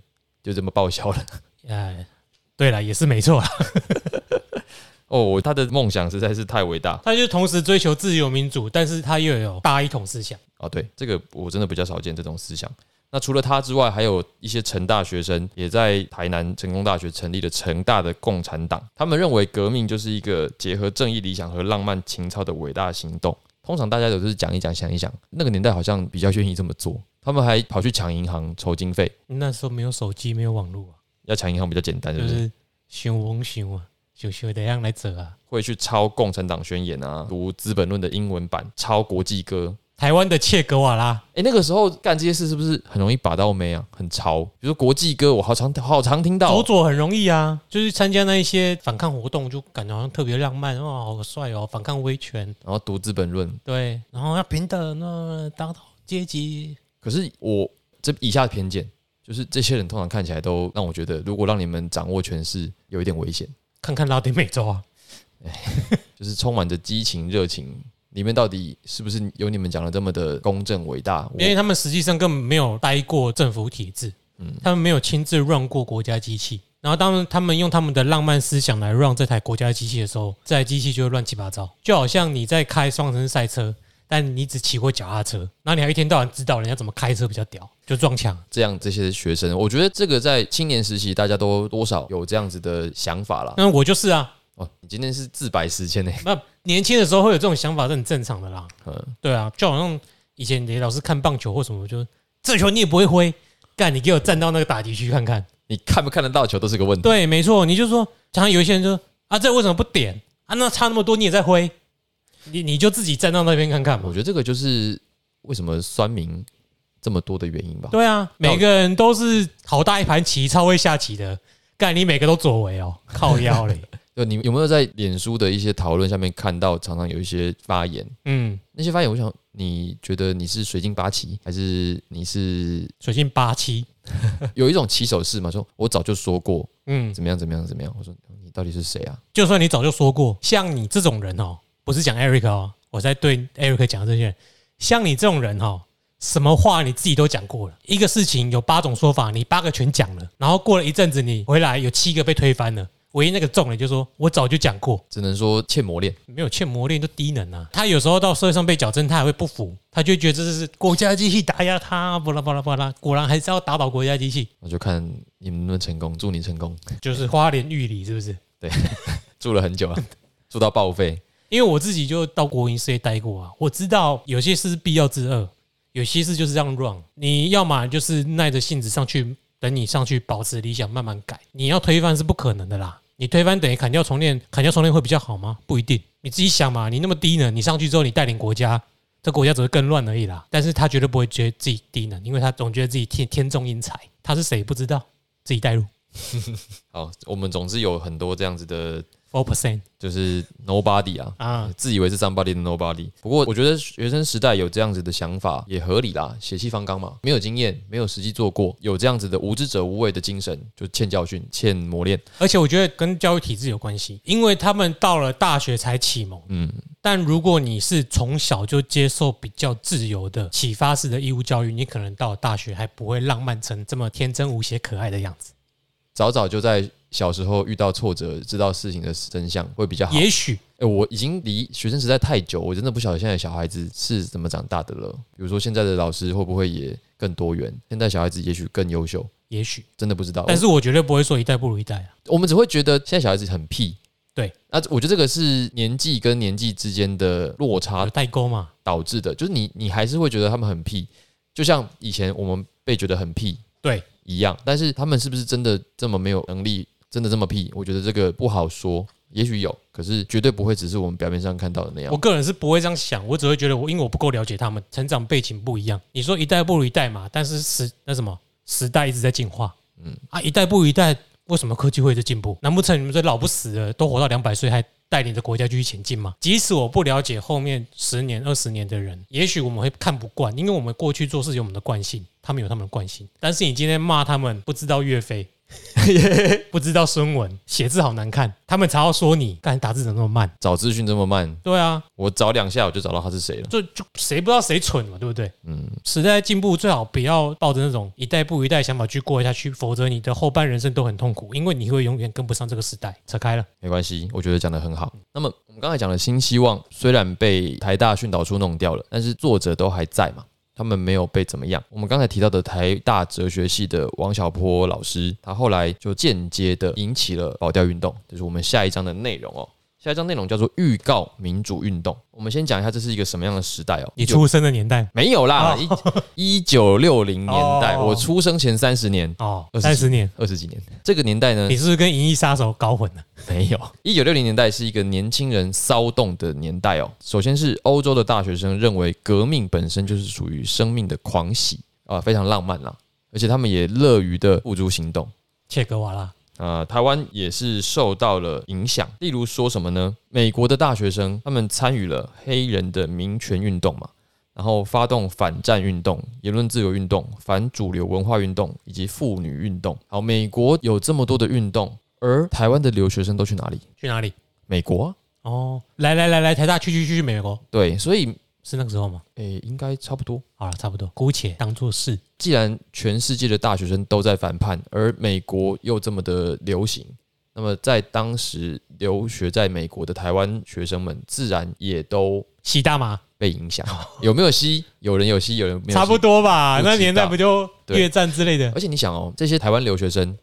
Speaker 1: 就这么报销了。
Speaker 2: 哎，对了，也是没错啦。
Speaker 1: 哦，他的梦想实在是太伟大
Speaker 2: 他就同时追求自由民主，但是他又有大一统思想。
Speaker 1: 哦，对，这个我真的比较少见这种思想。那除了他之外，还有一些成大学生也在台南成功大学成立了成大的共产党。他们认为革命就是一个结合正义理想和浪漫情操的伟大行动。通常大家都是讲一讲、想一想，那个年代好像比较愿意这么做。他们还跑去抢银行筹经费，
Speaker 2: 那时候没有手机，没有网络啊，
Speaker 1: 要抢银行比较简单，是
Speaker 2: 就
Speaker 1: 不是？
Speaker 2: 是想翁想啊，想想怎样来走啊。
Speaker 1: 会去抄《共产党宣言》啊，读《资本论》的英文版，抄国际歌。
Speaker 2: 台湾的切啊格瓦拉，
Speaker 1: 诶，那个时候干这些事是不是很容易把到妹啊？很潮，比如说国际歌，我好常好常听到哦、
Speaker 2: 走左很容易啊，就是参加那一些反抗活动，就感觉好像特别浪漫哦，好帅哦，反抗威权，
Speaker 1: 然后读《资本论》。
Speaker 2: 对，然后要平等，那打倒阶级，
Speaker 1: 可是我这以下偏见就是，这些人通常看起来都让我觉得，如果让你们掌握权势，有一点危险，
Speaker 2: 看看拉丁美洲啊，
Speaker 1: 就是充满着激情、热情，里面到底是不是有你们讲的这么的公正、伟大？我
Speaker 2: 因为他们实际上根本没有待过政府体制，
Speaker 1: 嗯
Speaker 2: 他们没有亲自 run 过国家机器，然后当他们用他们的浪漫思想来 run 这台国家机器的时候，这台机器就会乱七八糟，就好像你在开双人赛车。但你只骑过脚踏车，那你还一天到晚指导人家怎么开车比较屌，就撞墙。
Speaker 1: 这样这些学生，我觉得这个在青年时期大家都多少有这样子的想法啦。
Speaker 2: 那我就是啊，
Speaker 1: 哦，你今天是自白时间呢？
Speaker 2: 那年轻的时候会有这种想法是很正常的啦。
Speaker 1: 嗯，
Speaker 2: 对啊，就好像以前你老是看棒球或什么，就这球你也不会挥，干你给我站到那个打击区看看。
Speaker 1: 你看不看得到球都是个问题。
Speaker 2: 对，没错，你就说，常常有一些人就说啊，这为什么不点啊？那差那么多你也在挥，你你就自己站到那边看看
Speaker 1: 我
Speaker 2: 嘛。
Speaker 1: 觉得这个就是为什么酸民这么多的原因吧。
Speaker 2: 对啊，
Speaker 1: 那我
Speaker 2: 每个人都是好大一盘棋，超会下棋的，干你每个都左为哦，靠腰嘞。
Speaker 1: 就你有没有在脸书的一些讨论下面看到，常常有一些发言？
Speaker 2: 嗯，
Speaker 1: 那些发言，我想你觉得你是水晶八旗，还是你是
Speaker 2: 水性八七，
Speaker 1: 有一种起手式嘛？说我早就说过
Speaker 2: 嗯，
Speaker 1: 怎么样怎么样怎么样。我说你到底是谁啊？
Speaker 2: 就算你早就说过，像你这种人哦，不是讲 Eric 哦，我在对 Eric 讲的这些人，像你这种人哦，什么话你自己都讲过了，一个事情有八种说法，你八个全讲了，然后过了一阵子你回来有七个被推翻了，唯一那个中了就说我早就讲过，
Speaker 1: 只能说欠磨练。
Speaker 2: 没有欠磨练就低能啊。他有时候到社会上被矫正，他还会不服，他就会觉得这是国家机器打压他，巴拉巴拉巴拉，果然还是要打倒国家机器，
Speaker 1: 我就看你们能不能成功，祝你成功。
Speaker 2: 就是花莲玉里是不是？
Speaker 1: 住了很久啊，住到报废。
Speaker 2: 因为我自己就到国营事业待过啊，我知道有些事是必要之恶，有些事就是这样 run。你要么就是耐着性子上去，等你上去保持理想，慢慢改。你要推翻是不可能的啦。你推翻等于砍掉重练，砍掉重练会比较好吗？不一定，你自己想嘛。你那么低能，你上去之后你带领国家，这国家只会更乱而已啦。但是他绝对不会觉得自己低能，因为他总觉得自己天天纵英才。他是谁不知道，自己带入
Speaker 1: 好，我们总之有很多这样子的，
Speaker 2: four percent
Speaker 1: 就是 nobody 啊，
Speaker 2: 啊，
Speaker 1: 自以为是 somebody 的 nobody。不过我觉得学生时代有这样子的想法也合理啦，血气方刚嘛，没有经验，没有实际做过，有这样子的无知者无畏的精神，就欠教训，欠磨练。
Speaker 2: 而且我觉得跟教育体制有关系，因为他们到了大学才启蒙。
Speaker 1: 嗯，
Speaker 2: 但如果你是从小就接受比较自由的启发式的义务教育，你可能到了大学还不会浪漫成这么天真无邪、可爱的样子。
Speaker 1: 早早就在小时候遇到挫折，知道事情的真相会比较好。
Speaker 2: 也许
Speaker 1: 哎、我已经离学生时代太久，我真的不晓得现在的小孩子是怎么长大的了。比如说现在的老师会不会也更多元？现在小孩子也许更优秀，
Speaker 2: 也许，
Speaker 1: 真的不知道。
Speaker 2: 但是我绝对不会说一代不如一代啊。
Speaker 1: 我们只会觉得现在小孩子很屁。
Speaker 2: 对，
Speaker 1: 那我觉得这个是年纪跟年纪之间的落差
Speaker 2: 有代沟嘛，
Speaker 1: 导致的，就是你你还是会觉得他们很屁，就像以前我们被觉得很屁
Speaker 2: 对
Speaker 1: 一样，但是他们是不是真的这么没有能力，真的这么屁？我觉得这个不好说，也许有，可是绝对不会只是我们表面上看到的那样
Speaker 2: 我。个人是不会这样想，我只会觉得我因为我不够了解他们，成长背景不一样。你说一代不如一代嘛，但是时那什么时代一直在进化，嗯啊，一代不如一代，为什么科技会在进步？难不成你们这老不死的都活到两百岁还？带领着国家继续前进吗？即使我不了解后面十年、二十年的人，也许我们会看不惯，因为我们过去做事有我们的惯性，他们有他们的惯性。但是你今天骂他们不知道岳 飞，不知道孙文，写字好难看，他们才要说你，干打字怎么那么慢？
Speaker 1: 找资讯这么慢，
Speaker 2: 对啊，
Speaker 1: 我找两下我就找到他是谁了。
Speaker 2: 就就谁不知道谁蠢嘛，对不对？
Speaker 1: 嗯，
Speaker 2: 时代进步，最好不要抱着那种一代不一代的想法去过下去，否则你的后半人生都很痛苦，因为你会永远跟不上这个时代。扯开了，
Speaker 1: 没关系，我觉得讲得很好。那么我们刚才讲的新希望，虽然被台大训导处弄掉了，但是作者都还在嘛，他们没有被怎么样。我们刚才提到的台大哲学系的王小波老师，他后来就间接的引起了保钓运动，这是我们下一章的内容哦。下一章内容叫做预告民主运动。我们先讲一下这是一个什么样的时代哦。
Speaker 2: 你出生的年代
Speaker 1: 没有啦？一一九六零年代，
Speaker 2: 哦
Speaker 1: 我出生前三十年，
Speaker 2: 哦，
Speaker 1: 二十
Speaker 2: 三十年，
Speaker 1: 二十几年，这个年代呢
Speaker 2: 你，是不是跟《银翼杀手》搞混了？
Speaker 1: 没有，一九六零年代是一个年轻人骚动的年代哦。首先是欧洲的大学生认为革命本身就是属于生命的狂喜啊、非常浪漫啦，而且他们也乐于的付诸行动。
Speaker 2: 切格瓦拉，
Speaker 1: 啊，台湾也是受到了影响，例如说什么呢？美国的大学生他们参与了黑人的民权运动嘛，然后发动反战运动、言论自由运动、反主流文化运动以及妇女运动。好，美国有这么多的运动，而台湾的留学生都去哪里？
Speaker 2: 去哪里？
Speaker 1: 美国、啊，
Speaker 2: 哦，来来来来，台大去去去去美国，
Speaker 1: 对，所以
Speaker 2: 是那个时候吗？
Speaker 1: 诶、应该差不多。
Speaker 2: 好了，差不多，姑且当做是。
Speaker 1: 既然全世界的大学生都在反叛，而美国又这么的流行，那么在当时留学在美国的台湾学生们，自然也都
Speaker 2: 洗大麻，
Speaker 1: 被影 响，有没有吸？有人有吸，有人没有吸。
Speaker 2: 差不多吧？
Speaker 1: 不知道
Speaker 2: 那年代不就
Speaker 1: 对
Speaker 2: 越战之类的？
Speaker 1: 而且你想哦，这些台湾留学生，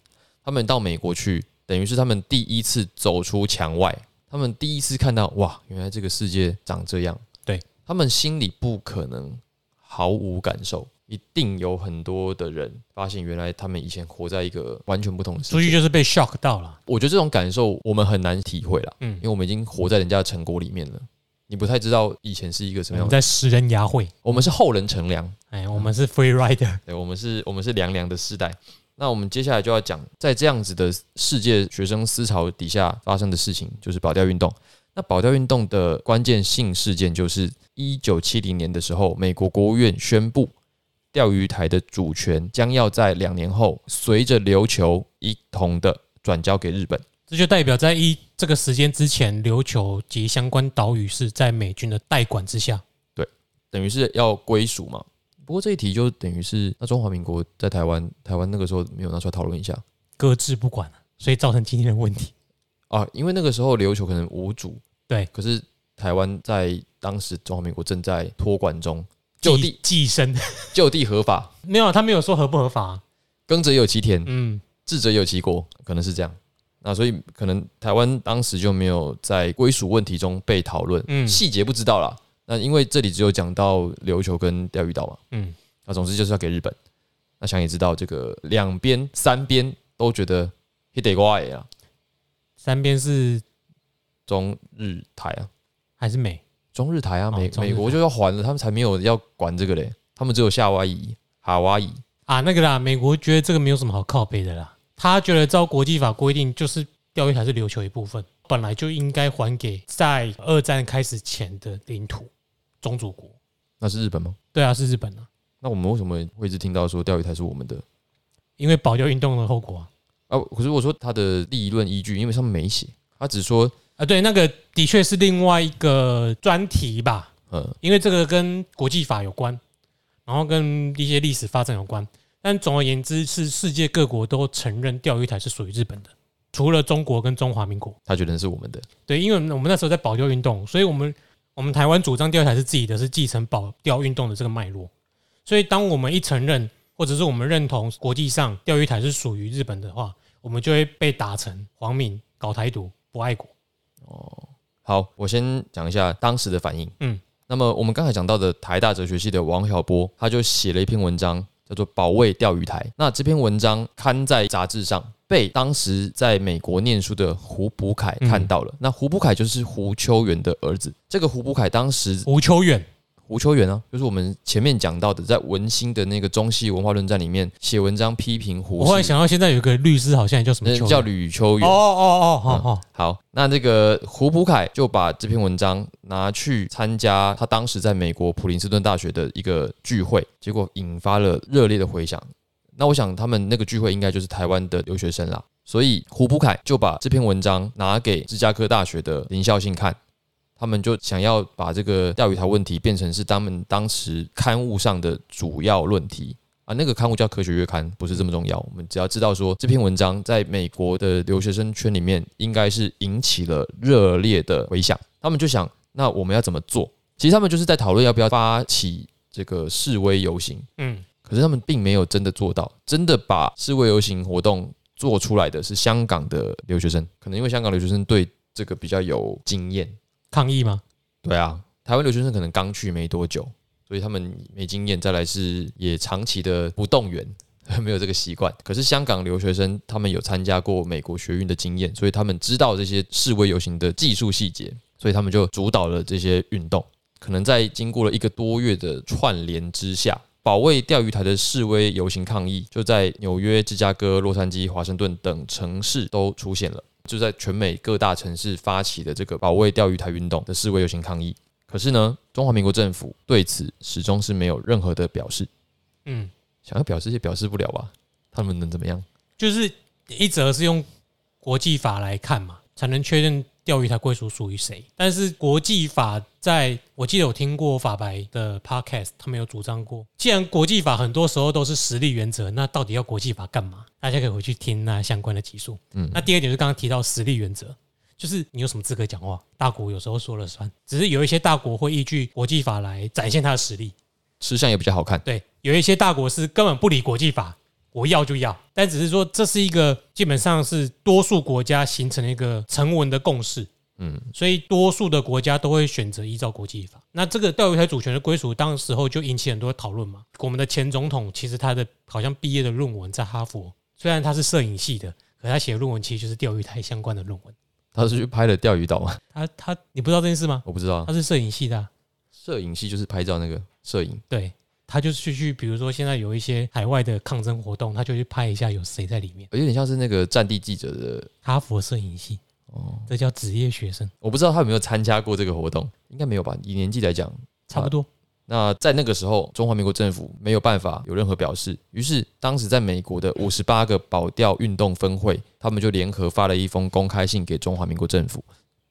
Speaker 1: 他们到美国去，等于是他们第一次走出墙外，他们第一次看到哇，原来这个世界长这样。
Speaker 2: 对
Speaker 1: 他们心里不可能毫无感受，一定有很多的人发现，原来他们以前活在一个完全不同的世
Speaker 2: 出去
Speaker 1: 界。
Speaker 2: 就是被 shock 到了，
Speaker 1: 我觉得这种感受我们很难体会啦，
Speaker 2: 嗯
Speaker 1: 因为我们已经活在人家的成果里面了，你不太知道以前是一个什
Speaker 2: 我
Speaker 1: 么样
Speaker 2: 们
Speaker 1: 的。
Speaker 2: 在食人牙会，
Speaker 1: 我们是后人乘凉，
Speaker 2: 哎，我们是 free rider，
Speaker 1: 对，我们是，我们是凉凉的世代。那我们接下来就要讲，在这样子的世界学生思潮底下发生的事情，就是保钓运动。那保钓运动的关键性事件，就是一九七零年的时候，美国国务院宣布，钓鱼台的主权将要在两年后，随着琉球一同的转交给日本。
Speaker 2: 这就代表在一这个时间之前，琉球及相关岛屿是在美军的代管之下。
Speaker 1: 等于是要归属嘛。不过这一题就等于是，那中华民国在台湾，台湾那个时候没有拿出来讨论一下
Speaker 2: 搁置不管，所以造成今天的问 题。
Speaker 1: 啊，因为那个时候琉球可能无主，
Speaker 2: 对
Speaker 1: 可是台湾在当时中华民国正在托管中，就地
Speaker 2: 寄寄生
Speaker 1: 就地合法，
Speaker 2: 没有啊，他没有说合不合法啊、
Speaker 1: 耕者有其田，
Speaker 2: 嗯，
Speaker 1: 智者有其国，可能是这样。那所以可能台湾当时就没有在归属问题中被讨论，
Speaker 2: 嗯
Speaker 1: 细节不知道啦。那因为这里只有讲到琉球跟钓鱼岛嘛，
Speaker 2: 嗯，
Speaker 1: 那总之就是要给日本。那想也知道，这个两边三边都觉得 he d e g a y 啊，
Speaker 2: 三边是
Speaker 1: 中日台啊，
Speaker 2: 还是美，
Speaker 1: 中日台啊，
Speaker 2: 哦
Speaker 1: 美、
Speaker 2: 中日台
Speaker 1: 美国就要还了，他们才没有要管这个嘞，他们只有夏威夷、夏威夷。
Speaker 2: 啊，那个啦，美国觉得这个没有什么好靠背的啦，他觉得照国际法规定，就是钓鱼台是琉球一部分，本来就应该还给在二战开始前的领土宗主国。
Speaker 1: 那是日本吗？
Speaker 2: 对啊，是日本啊，
Speaker 1: 那我们为什么会一直听到说钓鱼台是我们的？
Speaker 2: 因为保钓运动的后果啊。
Speaker 1: 啊，可是我说他的立论依据，因为上面没写，他只说，
Speaker 2: 啊，对，那个的确是另外一个专题吧。
Speaker 1: 呃，
Speaker 2: 因为这个跟国际法有关，然后跟一些历史发展有关。但总而言之，是世界各国都承认钓鱼台是属于日本的，除了中国跟中华民国。
Speaker 1: 他觉得是我们的。
Speaker 2: 对，因为我们那时候在保钓运动，所以我们我们台湾主张钓鱼台是自己的，是继承保钓运动的这个脉络。所以，当我们一承认，或者是我们认同国际上钓鱼台是属于日本的话，我们就会被打成皇民、搞台独、不爱国。
Speaker 1: 好，我先讲一下当时的反应。
Speaker 2: 嗯，
Speaker 1: 那么我们刚才讲到的台大哲学系的王小波，他就写了一篇文章，叫做《保卫钓鱼台》。那这篇文章刊在杂志上，被当时在美国念书的胡补凯看到
Speaker 2: 嗯
Speaker 1: 了。那胡补凯就是胡秋元的儿子。这个胡补凯当时
Speaker 2: 吴秋远，
Speaker 1: 胡秋元啊，就是我们前面讲到的，在文心的那个中西文化论战里面写文章批评胡
Speaker 2: 我忽然
Speaker 1: 适，
Speaker 2: 想到现在有一个律师，好像也叫什么
Speaker 1: 那
Speaker 2: 秋远
Speaker 1: 叫吕秋
Speaker 2: 哦
Speaker 1: 元。
Speaker 2: 哦哦，好好。
Speaker 1: 好，那这个胡普凯就把这篇文章拿去参加他当时在美国普林斯顿大学的一个聚会，结果引发了热烈的回响。那我想他们那个聚会应该就是台湾的留学生啦，所以胡普凯就把这篇文章拿给芝加哥大学的林孝信看，他们就想要把这个钓鱼台问题变成是他们当时刊物上的主要论题。啊，那个刊物叫《科学月刊》，不是这么重要。我们只要知道说这篇文章在美国的留学生圈里面，应该是引起了热烈的回响。他们就想，那我们要怎么做？其实他们就是在讨论要不要发起这个示威游行，
Speaker 2: 嗯，
Speaker 1: 可是他们并没有真的做到，真的把示威游行活动做出来的是香港的留学生，可能因为香港留学生对这个比较有经验。
Speaker 2: 抗议吗？
Speaker 1: 对啊，台湾留学生可能刚去没多久，所以他们没经验。再来是也长期的不动员， 没有这个习惯。可是香港留学生他们有参加过美国学运的经验，所以他们知道这些示威游行的技术细节，所以他们就主导了这些运动。可能在经过了一个多月的串联之下，保卫钓鱼台的示威游行抗议就在纽约、芝加哥、洛杉矶、华盛顿等城市都出现了。就在全美各大城市发起的这个保卫钓鱼台运动的示威游行抗议。可是呢，中华民国政府对此始终是没有任何的表示，
Speaker 2: 嗯，
Speaker 1: 想要表示也表示不了吧？他们能怎么样？
Speaker 2: 就是一则是用国际法来看嘛，才能确认钓鱼台归属属于谁。但是国际法在我记得有听过法白的 podcast，他们有主张过，既然国际法很多时候都是实力原则，那到底要国际法干嘛？大家可以回去听那相关的集数。
Speaker 1: 嗯
Speaker 2: 那第二点就是刚刚提到实力原则，就是你有什么资格讲话？大国有时候说了算，只是有一些大国会依据国际法来展现他的实力。
Speaker 1: 吃相也比较好看。
Speaker 2: 对，有一些大国是根本不理国际法，我要就要，但只是说这是一个基本上是多数国家形成了一个成文的共识，
Speaker 1: 嗯，
Speaker 2: 所以多数的国家都会选择依照国际法。那这个钓鱼台主权的归属，当时候就引起很多讨论嘛。我们的前总统其实他的好像毕业的论文在哈佛，虽然他是摄影系的，可他写的论文其实就是钓鱼台相关的论文。
Speaker 1: 他是去拍了钓鱼岛吗？
Speaker 2: 他他你不知道这件事吗？
Speaker 1: 我不知道
Speaker 2: 他，是摄影系的啊、
Speaker 1: 摄影系就是拍照那个摄影，
Speaker 2: 对他就是去去，比如说现在有一些海外的抗争活动，他就去拍一下有谁在里面。
Speaker 1: 有点像是那个战地记者的
Speaker 2: 哈佛摄影系，
Speaker 1: 哦。
Speaker 2: 这叫职业学生，
Speaker 1: 我不知道他有没有参加过这个活动，应该没有吧？以年纪来讲，
Speaker 2: 差不多。
Speaker 1: 那在那个时候，中华民国政府没有办法有任何表示，于是当时在美国的五十八个保钓运动分会，他们就联合发了一封公开信给中华民国政府，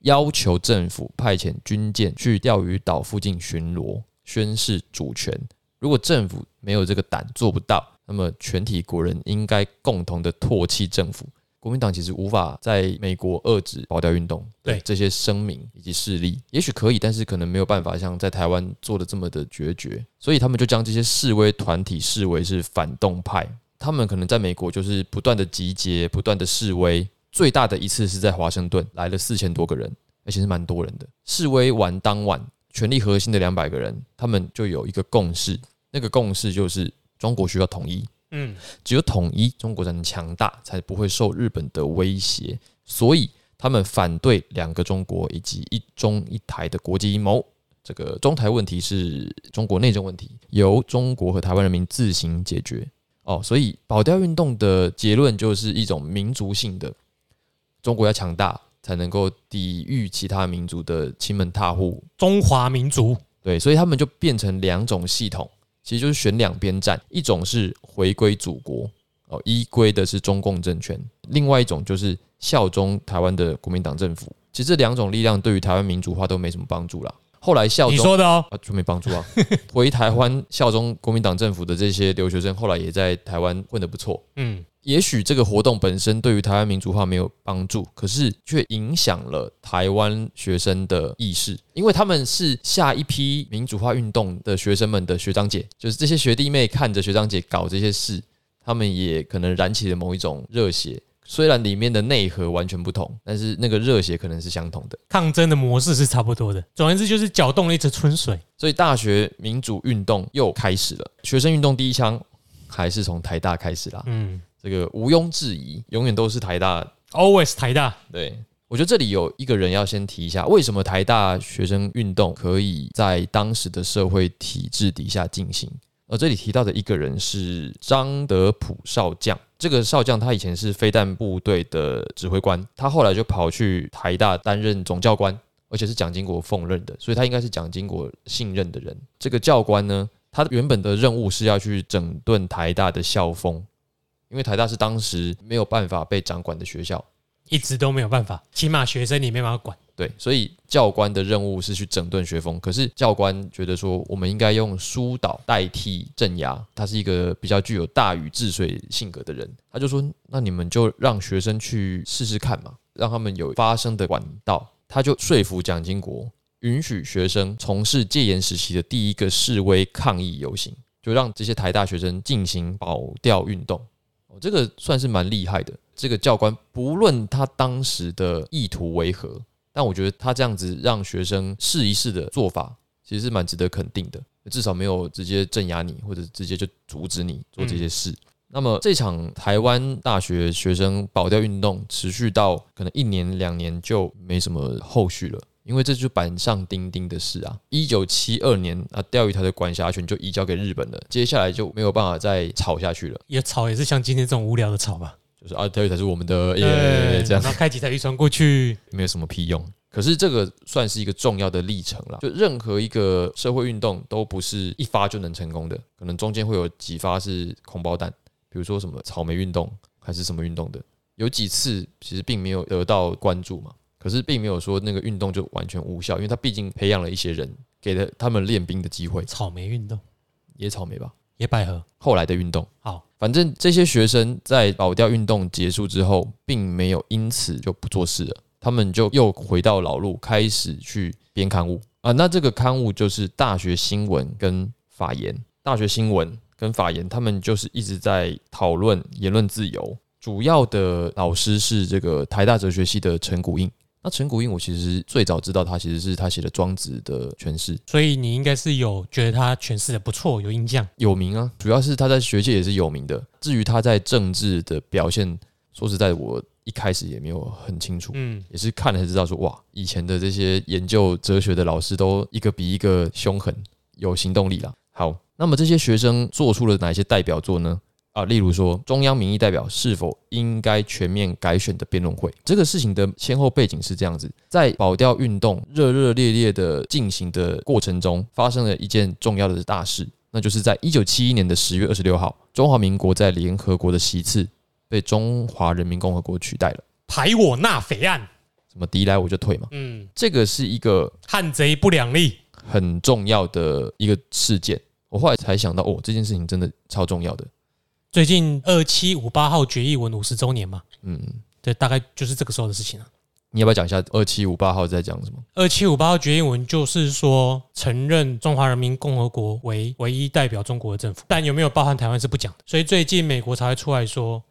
Speaker 1: 要求政府派遣军舰去钓鱼岛附近巡逻，宣示主权。如果政府没有这个胆做不到，那么全体国人应该共同的唾弃政府。国民党其实无法在美国遏制保钓运动的
Speaker 2: 对
Speaker 1: 这些声明以及势力，也许可以，但是可能没有办法像在台湾做的这么的决绝，所以他们就将这些示威团体视为是反动派。他们可能在美国就是不断的集结，不断的示威，最大的一次是在华盛顿，来了四千多个人，而且是蛮多人的。示威完当晚，权力核心的两百个人，他们就有一个共识，那个共识就是中国需要统一，
Speaker 2: 嗯，
Speaker 1: 只有统一，中国才能强大，才不会受日本的威胁。所以他们反对两个中国以及一中一台的国际阴谋。这个中台问题是中国内政问题，由中国和台湾人民自行解决。哦，所以保钓运动的结论就是一种民族性的，中国要强大才能够抵御其他民族的侵门踏户，
Speaker 2: 中华民族，
Speaker 1: 对，所以他们就变成两种系统，其实就是选两边站，一种是回归祖国，哦，依归的是中共政权；另外一种就是效忠台湾的国民党政府。其实这两种力量对于台湾民主化都没什么帮助啦。后来效
Speaker 2: 你
Speaker 1: 忠
Speaker 2: 说的哦。
Speaker 1: 啊，就没帮助啊。 回台湾效忠国民党政府的这些留学生，后来也在台湾混得不错。
Speaker 2: 嗯，
Speaker 1: 也许这个活动本身对于台湾民主化没有帮助，可是却影响了台湾学生的意识，因为他们是下一批民主化运动的学生们的学长姐，就是这些学弟妹看着学长姐搞这些事，他们也可能燃起了某一种热血。虽然里面的内核完全不同，但是那个热血可能是相同的。
Speaker 2: 抗争的模式是差不多的。总而言之，就是搅动了一池春水。
Speaker 1: 所以大学民主运动又开始了，学生运动第一枪还是从台大开始啦，
Speaker 2: 嗯
Speaker 1: 这个毋庸置疑，永远都是台大
Speaker 2: ，always 台大，
Speaker 1: 对，我觉得这里有一个人要先提一下，为什么台大学生运动可以在当时的社会体制底下进行？而这里提到的一个人是张德普少将，这个少将他以前是飞弹部队的指挥官，他后来就跑去台大担任总教官，而且是蒋经国奉任的，所以他应该是蒋经国信任的人。这个教官呢，他原本的任务是要去整顿台大的校风，因为台大是当时没有办法被掌管的学校。
Speaker 2: 一直都没有办法，起码学生你没办法管。
Speaker 1: 对，所以教官的任务是去整顿学风，可是教官觉得说，我们应该用疏导代替镇压。他是一个比较具有大禹治水性格的人，他就说，那你们就让学生去试试看嘛， 让他们有发声的管道。他就说服蒋经国允许学生从事戒严时期的第一个示威抗议游行，就让这些台大学生进行保钓运动。哦，这个算是蛮厉害的。这个教官不论他当时的意图为何，但我觉得他这样子让学生试一试的做法，其实是蛮值得肯定的。至少没有直接镇压你，或者直接就阻止你做这些事。那么这场台湾大学学生保钓运动持续到可能一年两年就没什么后续了，因为这就板上钉钉的事啊。一九七二年啊，钓鱼台的管辖权就移交给日本了，接下来就没有办法再吵下去了。
Speaker 2: 也吵也是像今天这种无聊的吵吧，
Speaker 1: 就是啊，钓鱼台是我们的耶，
Speaker 2: 对
Speaker 1: 这样
Speaker 2: 然后开几台渔船过去，
Speaker 1: 没有什么屁用。可是这个算是一个重要的历程了，就任何一个社会运动都不是一发就能成功的，可能中间会有几发是空包弹，比如说什么草莓运动还是什么运动的，有几次其实并没有得到关注嘛，可是并没有说那个运动就完全无效，因为他毕竟培养了一些人，给了他们练兵的机会，
Speaker 2: 草莓运动，
Speaker 1: 野草莓吧，
Speaker 2: 野百合。
Speaker 1: 后来的运动。
Speaker 2: 好，
Speaker 1: 反正这些学生在保钓运动结束之后，并没有因此就不做事了，他们就又回到老路，开始去编刊物啊。那这个刊物就是大学新闻跟法言，大学新闻跟法言，他们就是一直在讨论言论自由。主要的老师是这个台大哲学系的陈谷应。那陈谷应，我其实最早知道他其实是他写的《庄子》的诠释，
Speaker 2: 所以你应该是有觉得他诠释的不错，有印象。
Speaker 1: 有名啊，主要是他在学界也是有名的。至于他在政治的表现，说实在，我一开始也没有很清楚，
Speaker 2: 嗯，
Speaker 1: 也是看了才知道说，哇，以前的这些研究哲学的老师都一个比一个凶狠，有行动力啦。好，那么这些学生做出了哪些代表作呢？啊，例如说中央民意代表是否应该全面改选的辩论会，这个事情的先后背景是这样子：在保钓运动热热烈烈的进行的过程中，发生了一件重要的大事，那就是在一九七一年的十月二十六号，中华民国在联合国的席次被中华人民共和国取代了。
Speaker 2: 排我纳匪案，
Speaker 1: 什么敌来我就退嘛，
Speaker 2: 嗯，
Speaker 1: 这个是一个
Speaker 2: 汉贼不两立，
Speaker 1: 很重要的一个事件。我后来才想到，哦，这件事情真的超重要的。
Speaker 2: 最近二七五八号决议文五十周年嘛，
Speaker 1: 嗯，
Speaker 2: 对，大概就是这个时候的事情了、啊
Speaker 1: 你要不要讲一下二七五八号在讲什么？
Speaker 2: 二七五八号决议文就是说承认中华人民共和国为唯一代表中国的政府，但有没有包含台湾是不讲的。所以最近美国才会出来说，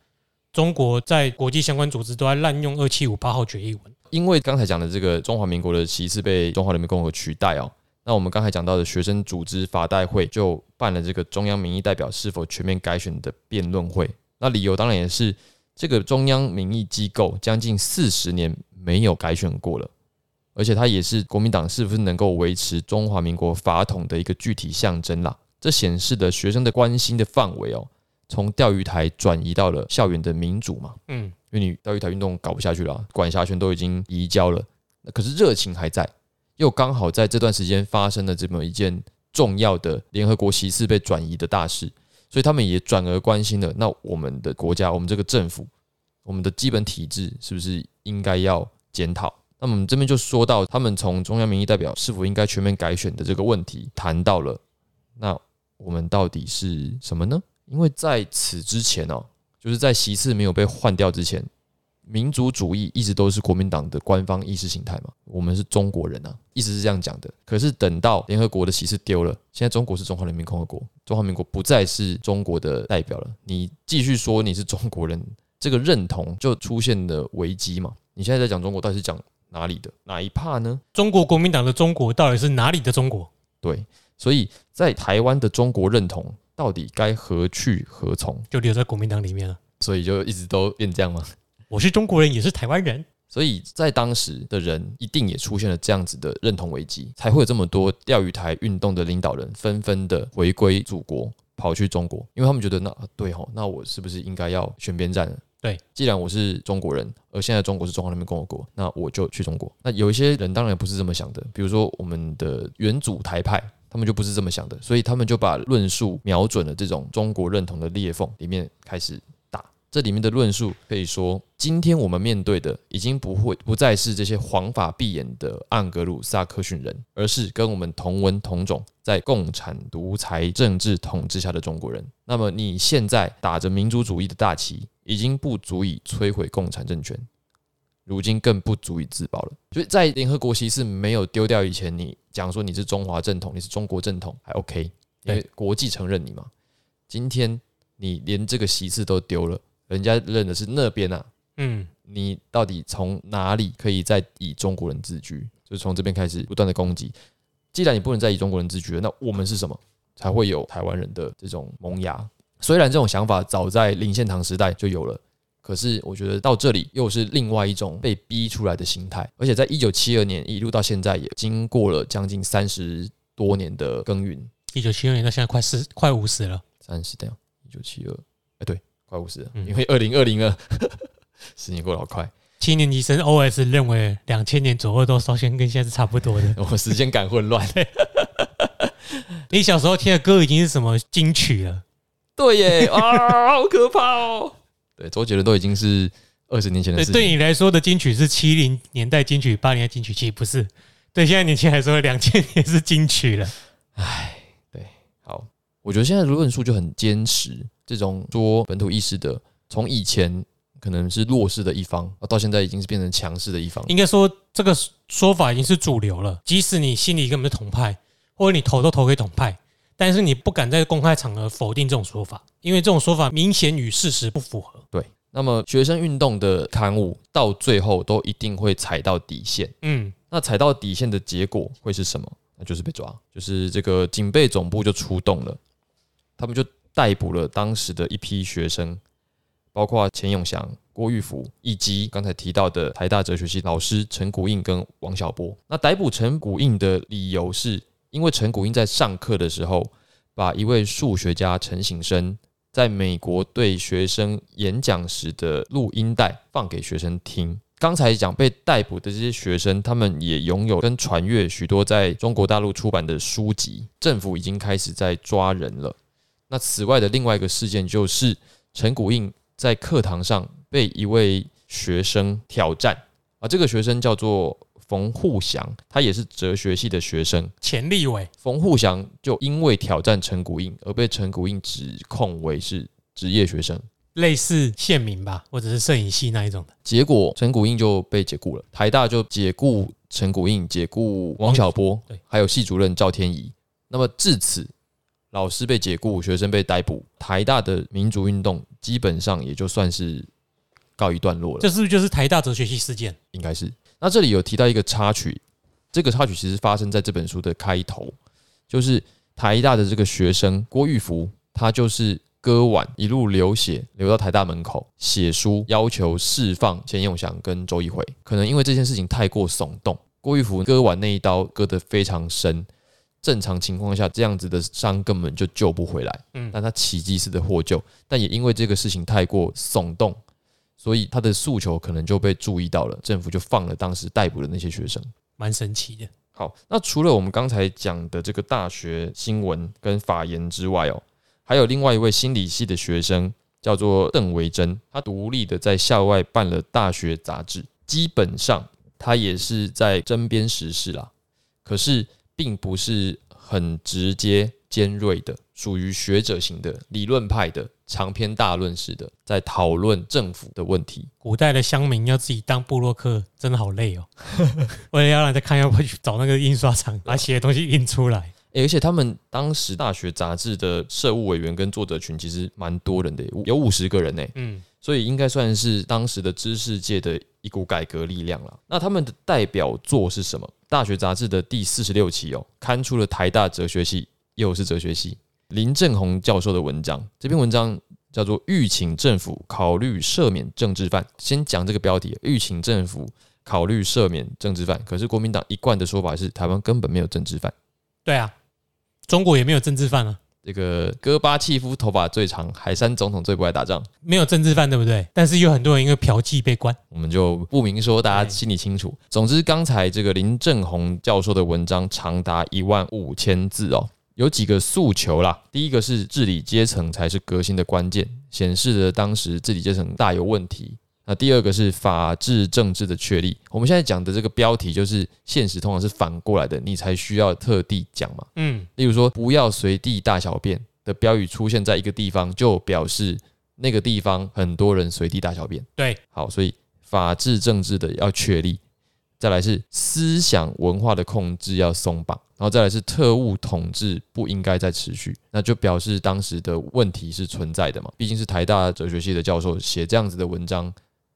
Speaker 2: 中国在国际相关组织都在滥用二七五八号决议文。
Speaker 1: 因为刚才讲的这个中华民国的旗帜被中华人民共和国取代哦，那我们刚才讲到的学生组织法代会就办了这个中央民意代表是否全面改选的辩论会。那理由当然也是这个中央民意机构将近四十年没有改选过了，而且它也是国民党是不是能够维持中华民国法统的一个具体象征啦。这显示的学生的关心的范围哦，从钓鱼台转移到了校园的民主嘛。
Speaker 2: 嗯，
Speaker 1: 因为你钓鱼台运动搞不下去了啊、管辖权都已经移交了，那可是热情还在，又刚好在这段时间发生了这么一件重要的联合国席次被转移的大事，所以他们也转而关心了，那我们的国家、我们这个政府、我们的基本体制是不是应该要检讨？那么我们这边就说到，他们从中央民意代表是否应该全面改选的这个问题谈到了，那我们到底是什么呢？因为在此之前哦，就是在席次没有被换掉之前，民族主义一直都是国民党的官方意识形态嘛。我们是中国人啊，一直是这样讲的。可是等到联合国的席次丢了，现在中国是中华人民共和国，中华民国不再是中国的代表了。你继续说你是中国人，这个认同就出现了危机嘛。你现在在讲中国，到底是讲哪里的哪一帕呢？
Speaker 2: 中国国民党的中国到底是哪里的中国？
Speaker 1: 对，所以在台湾的中国认同到底该何去何从？
Speaker 2: 就留在国民党里面了。
Speaker 1: 所以就一直都变这样吗？
Speaker 2: 我是中国人，也是台湾人。
Speaker 1: 所以在当时的人一定也出现了这样子的认同危机，才会有这么多钓鱼台运动的领导人纷纷的回归祖国，跑去中国，因为他们觉得那啊对吼，那我是不是应该要选边站了？
Speaker 2: 对，
Speaker 1: 既然我是中国人，而现在中国是中华人民共和国，那我就去中国。那有一些人当然不是这么想的，比如说我们的原主台派，他们就不是这么想的，所以他们就把论述瞄准了这种中国认同的裂缝里面开始打。这里面的论述可以说，今天我们面对的已经不会不再是这些黄发碧眼的盎格鲁撒克逊人，而是跟我们同文同种，在共产独裁政治统治下的中国人。那么你现在打着民族主义的大旗，已经不足以摧毁共产政权，如今更不足以自保了。所以在联合国席是没有丢掉以前，你讲说你是中华正统，你是中国正统还 OK，因为国际承认你嘛。今天你连这个席次都丢了，人家认的是那边啊，
Speaker 2: 嗯，
Speaker 1: 你到底从哪里可以再以中国人自居？就是从这边开始不断的攻击。既然你不能再以中国人自居了，那我们是什么？才会有台湾人的这种萌芽。虽然这种想法早在林献堂时代就有了，可是我觉得到这里又是另外一种被逼出来的心态，而且在一九七二年一路到现在，也经过了将近三十多年的耕耘。
Speaker 2: 一九七六年到现在快四快五十了，
Speaker 1: 三十掉一九七二，哎，对，快五十了，
Speaker 2: 嗯
Speaker 1: 因为二零二零了， 十年过得好快。。
Speaker 2: 七年级生 OS 认为两千年左右都烧先跟现在是差不多的
Speaker 1: 我时间感混乱。
Speaker 2: 你小时候听的歌已经是什么金曲了？
Speaker 1: 对耶，啊，好可怕哦！对，周杰伦都已经是二十年前的
Speaker 2: 对，
Speaker 1: 事情。
Speaker 2: 对你来说的金曲是七零年代金曲、八零年代金曲，其实不是。对现在年轻人来说，两千年是金曲了。
Speaker 1: 嗯好，我觉得现在的论述就很坚持，这种说本土意识的，从以前可能是弱势的一方，啊到现在已经是变成强势的一方。
Speaker 2: 应该说这个说法已经是主流了。即使你心里根本是同派，或者你投都投给同派，但是你不敢在公开场合否定这种说法，因为这种说法明显与事实不符合。
Speaker 1: 对，那么学生运动的刊物到最后都一定会踩到底线。
Speaker 2: 嗯，
Speaker 1: 那踩到底线的结果会是什么？那就是被抓，就是这个警备总部就出动了，他们就逮捕了当时的一批学生，包括钱永祥、郭玉福以及刚才提到的台大哲学系老师陈谷印跟王小波。那逮捕陈谷印的理由是因为陈谷印在上课的时候，把一位数学家陈省生在美国对学生演讲时的录音带放给学生听。刚才讲被逮捕的这些学生，他们也拥有跟传阅许多在中国大陆出版的书籍，政府已经开始在抓人了。那此外的另外一个事件就是陈谷印在课堂上被一位学生挑战啊，这个学生叫做冯沪祥，他也是哲学系的学生。
Speaker 2: 钱立伟，
Speaker 1: 冯沪祥就因为挑战陈谷印而被陈谷印指控为是职业学生，
Speaker 2: 类似县民吧，或者是摄影系那一种的。
Speaker 1: 结果陈谷印就被解雇了，台大就解雇陈谷印，解雇王小波
Speaker 2: 对，
Speaker 1: 还有系主任赵天仪。那么至此，老师被解雇，学生被逮捕，台大的民族运动基本上也就算是告一段落了。
Speaker 2: 这是不是就是台大哲学系事件？
Speaker 1: 应该是。那这里有提到一个插曲，这个插曲其实发生在这本书的开头，就是台大的这个学生郭玉福，他就是割腕一路流血，流到台大门口写书，要求释放钱永祥跟周一回。可能因为这件事情太过耸动，郭玉福割腕那一刀割得非常深。正常情况下，这样子的伤根本就救不回来。
Speaker 2: 嗯
Speaker 1: 但他奇迹式的获救，但也因为这个事情太过耸动，所以他的诉求可能就被注意到了，政府就放了当时逮捕的那些学生。
Speaker 2: 蛮神奇的。
Speaker 1: 好，那除了我们刚才讲的这个大学新闻跟法言之外哦，还有另外一位心理系的学生叫做邓维珍，他独立的在校外办了大学杂志，基本上他也是在针砭时事啦，可是并不是很直接尖锐的，属于学者型的理论派的长篇大论式的，在讨论政府的问题。
Speaker 2: 古代的乡民要自己当部落客，真的好累哦。 为了要让再看要不要去找那个印刷厂，把写的东西印出来。
Speaker 1: 欸而且他们当时大学杂志的社务委员跟作者群其实蛮多人的耶，有五十个人呢，
Speaker 2: 嗯，
Speaker 1: 所以应该算是当时的知识界的一股改革力量了。那他们的代表作是什么？大学杂志的第四十六期哦，刊出了台大哲学系，又是哲学系林正宏教授的文章。这篇文章叫做《预请政府考虑赦免政治犯》。先讲这个标题，预请政府考虑赦免政治犯。可是国民党一贯的说法是，台湾根本没有政治犯。
Speaker 2: 对啊，中国也没有政治犯啊。
Speaker 1: 这个戈巴契夫头发最长，海山总统最不爱打仗，
Speaker 2: 没有政治犯，对不对？但是有很多人因为嫖妓被关。
Speaker 1: 我们就不明说，大家
Speaker 2: 对
Speaker 1: 心里清楚。总之，刚才这个林正宏教授的文章长达一万五千字哦，有几个诉求啦。第一个是治理阶层才是革新的关键，显示了当时治理阶层大有问题。那第二个是法治政治的确立。我们现在讲的这个标题就是现实，通常是反过来的，你才需要特地讲嘛。
Speaker 2: 嗯，
Speaker 1: 例如说“不要随地大小便”的标语出现在一个地方，就表示那个地方很多人随地大小便。
Speaker 2: 对，
Speaker 1: 好，所以法治政治的要确立，再来是思想文化的控制要松绑，然后再来是特务统治不应该再持续，那就表示当时的问题是存在的嘛。毕竟是台大哲学系的教授写这样子的文章，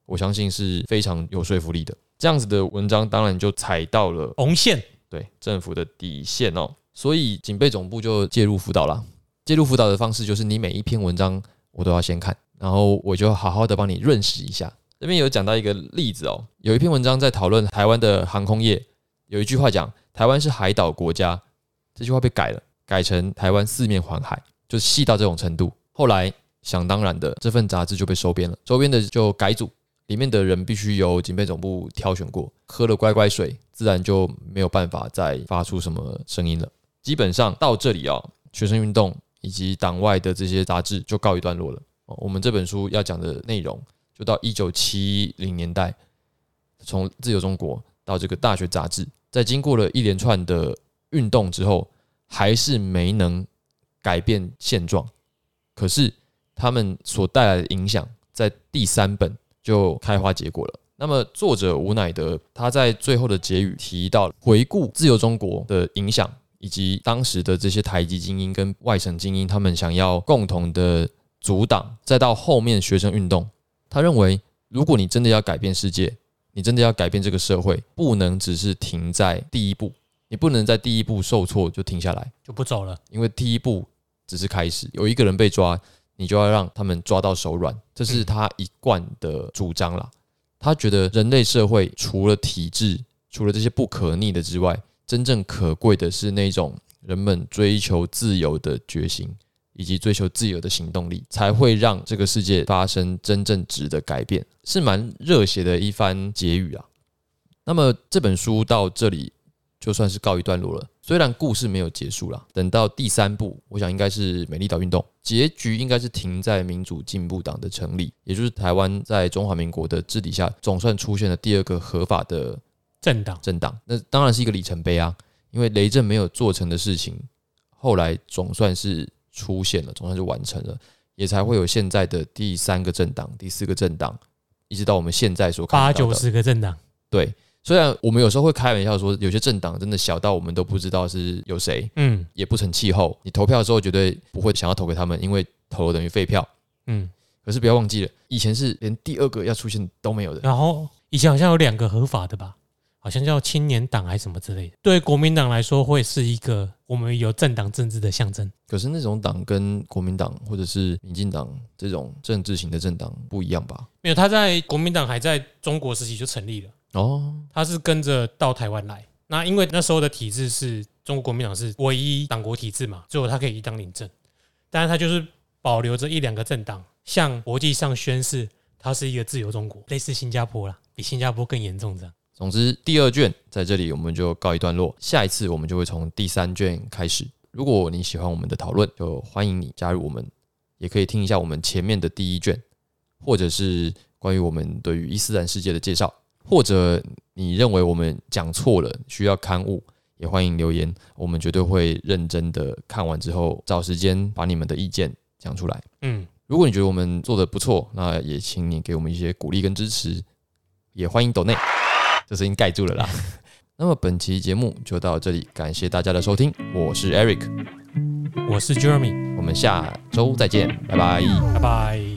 Speaker 1: 我相信是非常有说服力的。这样子的文章当然就踩到了
Speaker 2: 红线
Speaker 1: 对政府的底线哦。所以警备总部就介入辅导啦。介入辅导的方式就是你每一篇文章我都要先看，然后我就好好的帮你认识一下。这边有讲到一个例子哦，有一篇文章在讨论台湾的航空业，有一句话讲台湾是海岛国家，这句话被改了，改成台湾四面环海，就细到这种程度。后来想当然的，这份杂志就被收编了，收编的就改组，里面的人必须由警备总部挑选过，喝了乖乖水，自然就没有办法再发出什么声音了。基本上到这里哦，学生运动以及党外的这些杂志就告一段落了。哦，我们这本书要讲的内容就到一九七零年代，从自由中国到这个大学杂志，在经过了一连串的运动之后，还是没能改变现状。可是他们所带来的影响，在第三本就开花结果了。那么，作者吴乃德他在最后的结语提到，回顾自由中国的影响，以及当时的这些台籍精英跟外省精英，他们想要共同的阻挡，再到后面学生运动，他认为，如果你真的要改变世界，你真的要改变这个社会，不能只是停在第一步，你不能在第一步受挫就停下来。
Speaker 2: 就不走了。
Speaker 1: 因为第一步只是开始，有一个人被抓，你就要让他们抓到手软，这是他一贯的主张啦。他觉得人类社会除了体制，除了这些不可逆的之外，真正可贵的是那种人们追求自由的决心，以及追求自由的行动力，才会让这个世界发生真正值得改变，是蛮热血的一番结语啊。那么这本书到这里就算是告一段落了。虽然故事没有结束啦，等到第三部，我想应该是美丽岛运动，结局应该是停在民主进步党的成立，也就是台湾在中华民国的治理下，总算出现了第二个合法的
Speaker 2: 政党
Speaker 1: 政党。那当然是一个里程碑啊，因为雷震没有做成的事情，后来总算是出现了，总算是完成了，也才会有现在的第三个政党、第四个政党，一直到我们现在所看
Speaker 2: 八
Speaker 1: 到的
Speaker 2: 九十个政党，
Speaker 1: 对。虽然我们有时候会开玩笑说，有些政党真的小到我们都不知道是有谁，
Speaker 2: 嗯
Speaker 1: 也不成气候。你投票的时候绝对不会想要投给他们，因为投了等于废票。
Speaker 2: 嗯。
Speaker 1: 可是不要忘记了，以前是连第二个要出现都没有的。
Speaker 2: 然后以前好像有两个合法的吧，好像叫青年党还是什么之类的。对国民党来说，会是一个我们有政党政治的象征。
Speaker 1: 可是那种党跟国民党或者是民进党这种政治型的政党不一样吧？
Speaker 2: 没有，他在国民党还在中国时期就成立了，
Speaker 1: 哦，
Speaker 2: 他是跟着到台湾来。那因为那时候的体制是中国国民党是唯一党国体制嘛，最后他可以一党领政，但是他就是保留着一两个政党，向国际上宣誓他是一个自由中国，类似新加坡啦，比新加坡更严重这样。
Speaker 1: 总之第二卷在这里我们就告一段落，下一次我们就会从第三卷开始。如果你喜欢我们的讨论，就欢迎你加入我们，也可以听一下我们前面的第一卷，或者是关于我们对于伊斯兰世界的介绍，或者你认为我们讲错了需要刊物，也欢迎留言，我们绝对会认真的看完之后，找时间把你们的意见讲出来。
Speaker 2: 嗯，
Speaker 1: 如果你觉得我们做的不错，那也请你给我们一些鼓励跟支持，也欢迎抖内。这声音盖住了啦。 那么本期节目就到这里，感谢大家的收听，我是 Eric，
Speaker 2: 我是 Jeremy，
Speaker 1: 我们下周再见，拜拜。
Speaker 2: 拜拜。